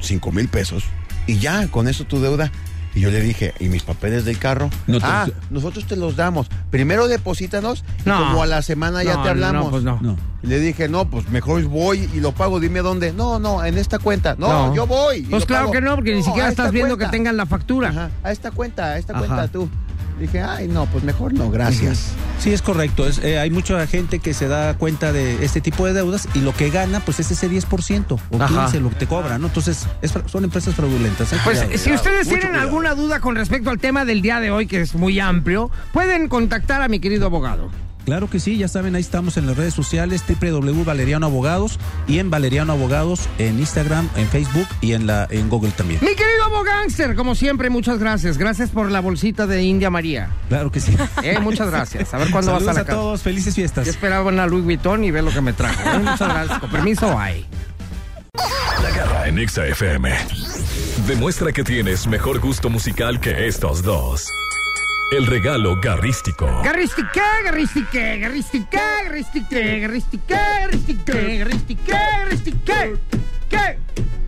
Speaker 5: 5 mil pesos y ya, con eso tu deuda. Y yo le dije, ¿y mis papeles del carro?
Speaker 14: No te-
Speaker 5: ah, nosotros te los damos. Primero deposítanos y
Speaker 3: No.
Speaker 5: como a la semana ya
Speaker 3: No,
Speaker 5: te
Speaker 3: no, no,
Speaker 5: hablamos.
Speaker 3: pues no.
Speaker 14: No.
Speaker 5: Y le dije, no, pues mejor voy y lo pago, dime dónde. No, no, en esta cuenta. No,
Speaker 3: No.
Speaker 5: yo voy. y
Speaker 3: Pues
Speaker 5: lo
Speaker 3: claro
Speaker 5: pago.
Speaker 3: que no, porque ni
Speaker 5: No,
Speaker 3: siquiera
Speaker 5: a
Speaker 3: estás
Speaker 5: esta
Speaker 3: viendo
Speaker 5: cuenta.
Speaker 3: que tengan la factura.
Speaker 5: Ajá, a esta cuenta, a esta
Speaker 3: Ajá.
Speaker 5: cuenta tú. Dije, ay, no, pues mejor no, gracias.
Speaker 14: Sí, es correcto. Es, eh, hay mucha gente que se da cuenta de este tipo de deudas y lo que gana, pues es ese 10% o
Speaker 3: Ajá.
Speaker 14: 15% lo que te cobra, ¿no? Entonces, es fra- son empresas fraudulentas. hay
Speaker 3: Pues
Speaker 14: cuidado.
Speaker 3: si ustedes
Speaker 5: mucho
Speaker 3: tienen
Speaker 5: cuidado.
Speaker 3: alguna duda con respecto al tema del día de hoy, que es muy amplio, pueden contactar a mi querido abogado.
Speaker 14: Claro que sí, ya saben, ahí estamos en las redes sociales, www.valeriano Abogados y en Valeriano Abogados en Instagram, en Facebook y en, la, en Google también.
Speaker 3: Mi querido abogánster, como siempre, muchas gracias. Gracias por la bolsita de India María.
Speaker 14: Claro que sí.
Speaker 3: Eh, muchas gracias. A ver cuándo
Speaker 14: Saludos
Speaker 3: vas a la
Speaker 14: a
Speaker 3: casa.
Speaker 14: todos, felices fiestas.
Speaker 3: Yo esperaba una Louis Vuitton y ve lo que me trajo. Eh, muchas gracias. Con permiso, bye.
Speaker 2: La garra en Exa FM. Demuestra que tienes mejor gusto musical que estos dos. El regalo garrístico.
Speaker 3: Garristique, garristique, garristique, garristique, garristique, garristique, garristique, garristique. ¿Qué?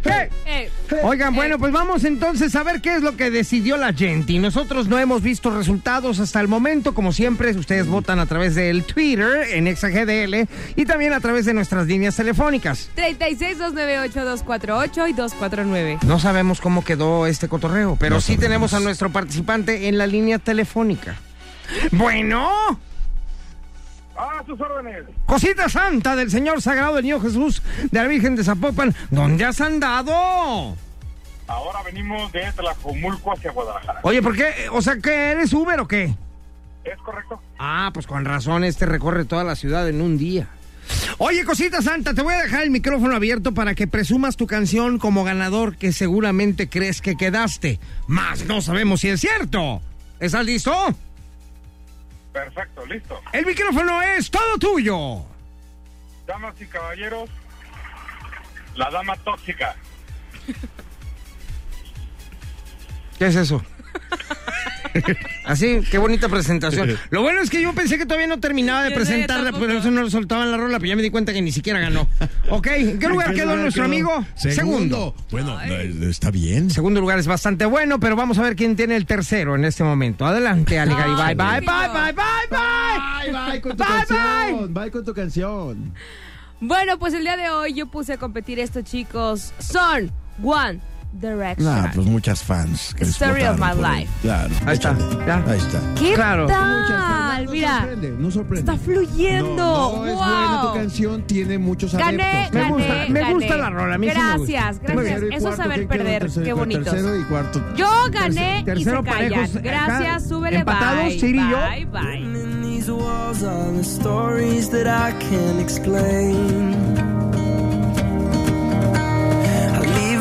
Speaker 3: ¿Qué?
Speaker 4: Eh,
Speaker 3: Oigan,
Speaker 4: eh,
Speaker 3: bueno, pues vamos entonces a ver qué es lo que decidió la gente. Y nosotros no hemos visto resultados hasta el momento. Como siempre, ustedes votan a través del Twitter en ExaGDL y también a través de nuestras líneas telefónicas.
Speaker 4: 36-298-248 y 249.
Speaker 3: No sabemos cómo quedó este cotorreo, pero
Speaker 14: No
Speaker 3: sí tenemos
Speaker 14: sabemos.
Speaker 3: a nuestro participante en la línea telefónica. Bueno,
Speaker 7: Ah, sus órdenes.
Speaker 3: cosita santa del Señor Sagrado del Niño Jesús de la Virgen de Zapopan, ¿dónde has andado?
Speaker 7: Ahora venimos de Tlajomulco hacia Guadalajara.
Speaker 3: Oye, ¿por qué? O sea, ¿qué eres Uber o qué?
Speaker 7: ¿Es correcto?
Speaker 3: Ah, pues con razón, este recorre toda la ciudad en un día. Oye, cosita santa, te voy a dejar el micrófono abierto para que presumas tu canción como ganador que seguramente crees que quedaste. Más no sabemos si es cierto. ¿Estás listo?
Speaker 7: Perfecto, listo.
Speaker 3: El micrófono es todo tuyo.
Speaker 7: Damas y caballeros, la dama tóxica.
Speaker 3: ¿Qué es eso? Así, qué bonita presentación. Lo bueno es que yo pensé que todavía no terminaba de
Speaker 4: Yo
Speaker 3: presentarla,
Speaker 4: tampoco.
Speaker 3: pero eso no le soltaban la rola, pero ya me di cuenta que ni siquiera ganó. Ok, ¿en qué lugar quedó nuestro amigo? Segundo.
Speaker 16: Bueno, eh, está bien.
Speaker 3: Segundo lugar es bastante bueno, pero vamos a ver quién tiene el tercero en este momento. Adelante, Ali Garibay. Bye, bye, bye, bye, bye. bye.
Speaker 16: Bye con tu canción.
Speaker 4: Bueno, pues el día de hoy yo puse a competir estos chicos. Son One Direction.
Speaker 16: Nah, pues muchas fans. Que les
Speaker 4: Story of
Speaker 16: votaron
Speaker 4: my
Speaker 16: por él.
Speaker 4: life.
Speaker 16: Claro.
Speaker 3: Ahí está, ya.
Speaker 16: Ahí está.
Speaker 4: ¿Qué
Speaker 3: Claro.
Speaker 4: tal? Mira,
Speaker 16: sorprende, no sorprende.
Speaker 4: está fluyendo.
Speaker 16: No, no, es buena tu
Speaker 4: wow.
Speaker 16: canción, tiene muchos
Speaker 4: Gané,
Speaker 16: adeptos.
Speaker 3: Me
Speaker 4: gané,
Speaker 3: gusta, me
Speaker 4: gané.
Speaker 3: gusta la rola, a mí sí me gusta.
Speaker 4: Gracias, gracias.
Speaker 16: Tercero y
Speaker 4: Eso es
Speaker 16: cuarto,
Speaker 4: saber
Speaker 16: ¿quién quedó?
Speaker 4: perder,
Speaker 16: Tercero y
Speaker 4: qué
Speaker 16: cuarto,
Speaker 4: bonitos.
Speaker 16: Tercero y cuarto.
Speaker 4: Yo gané y se
Speaker 3: tercero
Speaker 4: callan.
Speaker 3: parejos, acá,
Speaker 4: Gracias, súbele,
Speaker 3: empatados,
Speaker 4: bye.
Speaker 3: Siri y yo.
Speaker 4: Bye, bye.
Speaker 17: in these walls are the stories that I can't explain. I leave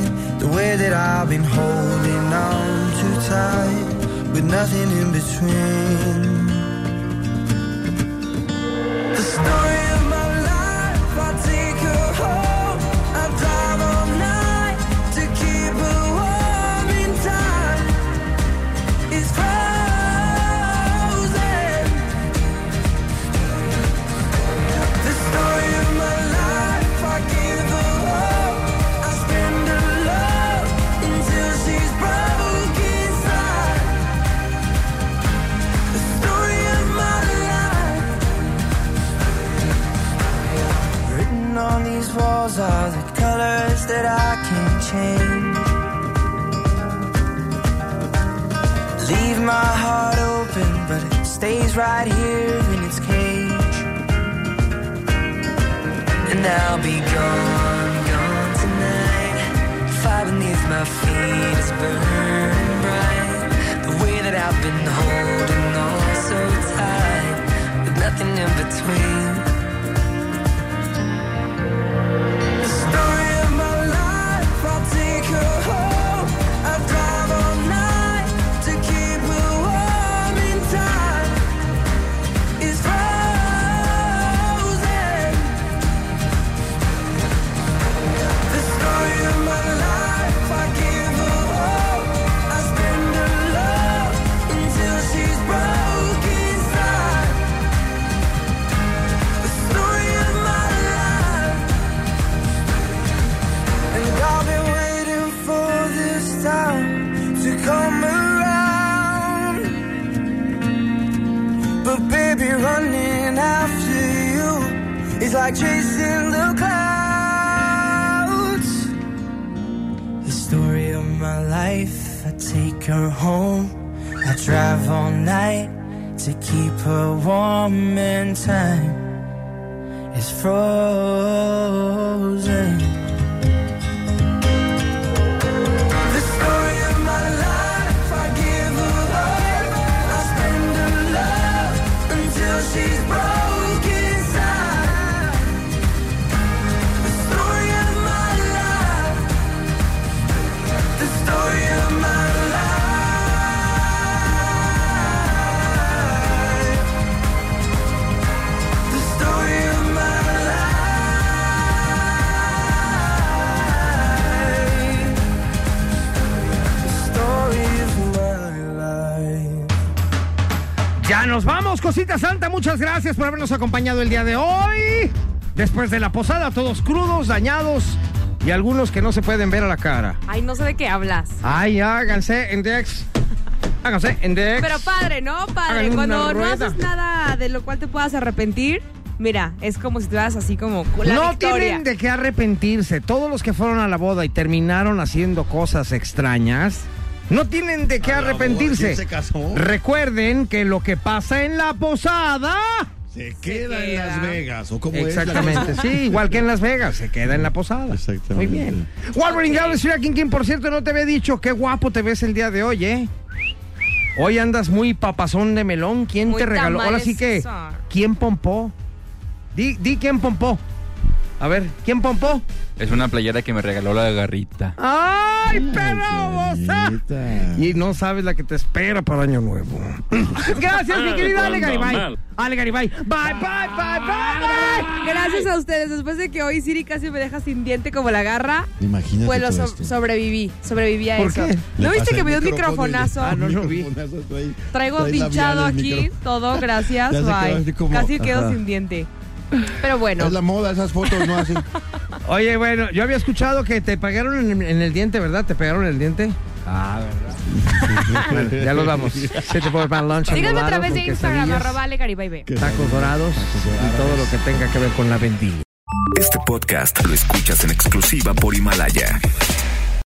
Speaker 17: The way that I've been holding on too tight, with nothing in between. The story of my life, I take her home. I drive all night to keep her warm in time. It's frozen. The story of my life, I give her up. I spend her love until she's broke inside. The story of my life. Written on these walls are the colors that I can't change. my heart open, but it stays right here in its cage. And I'll be gone, gone tonight. Fire beneath my feet is burning bright. The way that I've been holding on so tight, with nothing in between. The story of my life, I'll take her home. I'll drive all night to keep her warm in time. It's frozen. The story of my life, I give her hope. I spend her love until she's broken inside. The story of my life. And I've been waiting for this time to come around. But baby, running after you is like chasing the clouds. The story of my life, I take her home. I drive all night to keep her warm in time. It's frozen. The story of my life, I give her hope. I spend her love until she's broken inside. The story of my life, the story of my life, the story of my life story of my life.
Speaker 3: Ya nos vamos, Cosita Santa. Muchas gracias por habernos acompañado el día de hoy. Después de la posada, todos crudos, dañados y algunos que no se pueden ver a la cara.
Speaker 4: Ay, no sé de qué hablas.
Speaker 3: Ay, háganse, Index. Háganse, Index.
Speaker 4: Pero padre, ¿no? Padre,
Speaker 3: Hagan
Speaker 4: cuando
Speaker 3: una
Speaker 4: no
Speaker 3: rueda.
Speaker 4: haces nada de lo cual te puedas arrepentir, mira, es como si te vas así como con la
Speaker 3: no
Speaker 4: victoria.
Speaker 3: tienen de qué arrepentirse. Todos los que fueron a la boda y terminaron haciendo cosas extrañas, no tienen de qué
Speaker 6: A la boda,
Speaker 3: arrepentirse.
Speaker 6: ¿quién se casó?
Speaker 3: Recuerden que lo que pasa en la posada.
Speaker 6: Se queda en
Speaker 3: queda.
Speaker 6: Las Vegas, o como
Speaker 3: Exactamente, sí, igual que en Las Vegas, se queda en la posada. Exactamente. Muy bien. Wolverine Gales, Shira King, quien por cierto no te había dicho, qué guapo te ves el día de hoy, ¿eh? Hoy andas muy papazón de melón, ¿quién
Speaker 4: Muy
Speaker 3: te regaló? Ahora
Speaker 4: tamales,
Speaker 3: sí que,
Speaker 4: César.
Speaker 3: ¿quién pompó? Di, di quién pompó. A ver, ¿quién pompó?
Speaker 18: Es una playera que me regaló la garrita.
Speaker 3: ¡Ay, perro! bosa! Y no sabes la que te espera para Año Nuevo. Gracias, mi querida Ale Garibay. Ale Garibay. Bye, bye, bye, bye, bye.
Speaker 4: Gracias a ustedes. Después de que hoy Siri casi me deja sin diente como la garra,
Speaker 6: Imagínate.
Speaker 4: pues lo
Speaker 6: todo
Speaker 4: so-
Speaker 6: esto.
Speaker 4: sobreviví. Sobreviví a
Speaker 6: ¿Por
Speaker 4: eso.
Speaker 6: qué? Le
Speaker 4: ¿No viste
Speaker 6: pasa
Speaker 4: que
Speaker 6: el
Speaker 4: me dio un
Speaker 6: micrófono y le-
Speaker 4: microfonazo?
Speaker 6: Ah, no lo vi.
Speaker 4: Traigo
Speaker 6: Trae
Speaker 4: pinchado
Speaker 6: labial el
Speaker 4: aquí
Speaker 6: micrófono.
Speaker 4: todo, gracias.
Speaker 6: Ya se quedó así
Speaker 4: Bye.
Speaker 6: como-
Speaker 4: Casi quedo
Speaker 6: Ajá.
Speaker 4: sin diente. Pero bueno.
Speaker 6: Es la moda, esas fotos no hacen.
Speaker 3: Oye, bueno, yo había escuchado que te pegaron en, en el diente, ¿verdad? ¿Te pegaron en el diente? Ah, verdad. bueno, ya los vamos. Se te puede para lunch.
Speaker 4: Síganme a
Speaker 3: enlodado
Speaker 4: través de
Speaker 3: con
Speaker 4: Instagram,
Speaker 3: quesadillas,
Speaker 4: arroba alegaribaybe.
Speaker 3: Tacos dorados y todo lo que tenga que ver con la vendimia.
Speaker 1: Este podcast lo escuchas en exclusiva por Himalaya.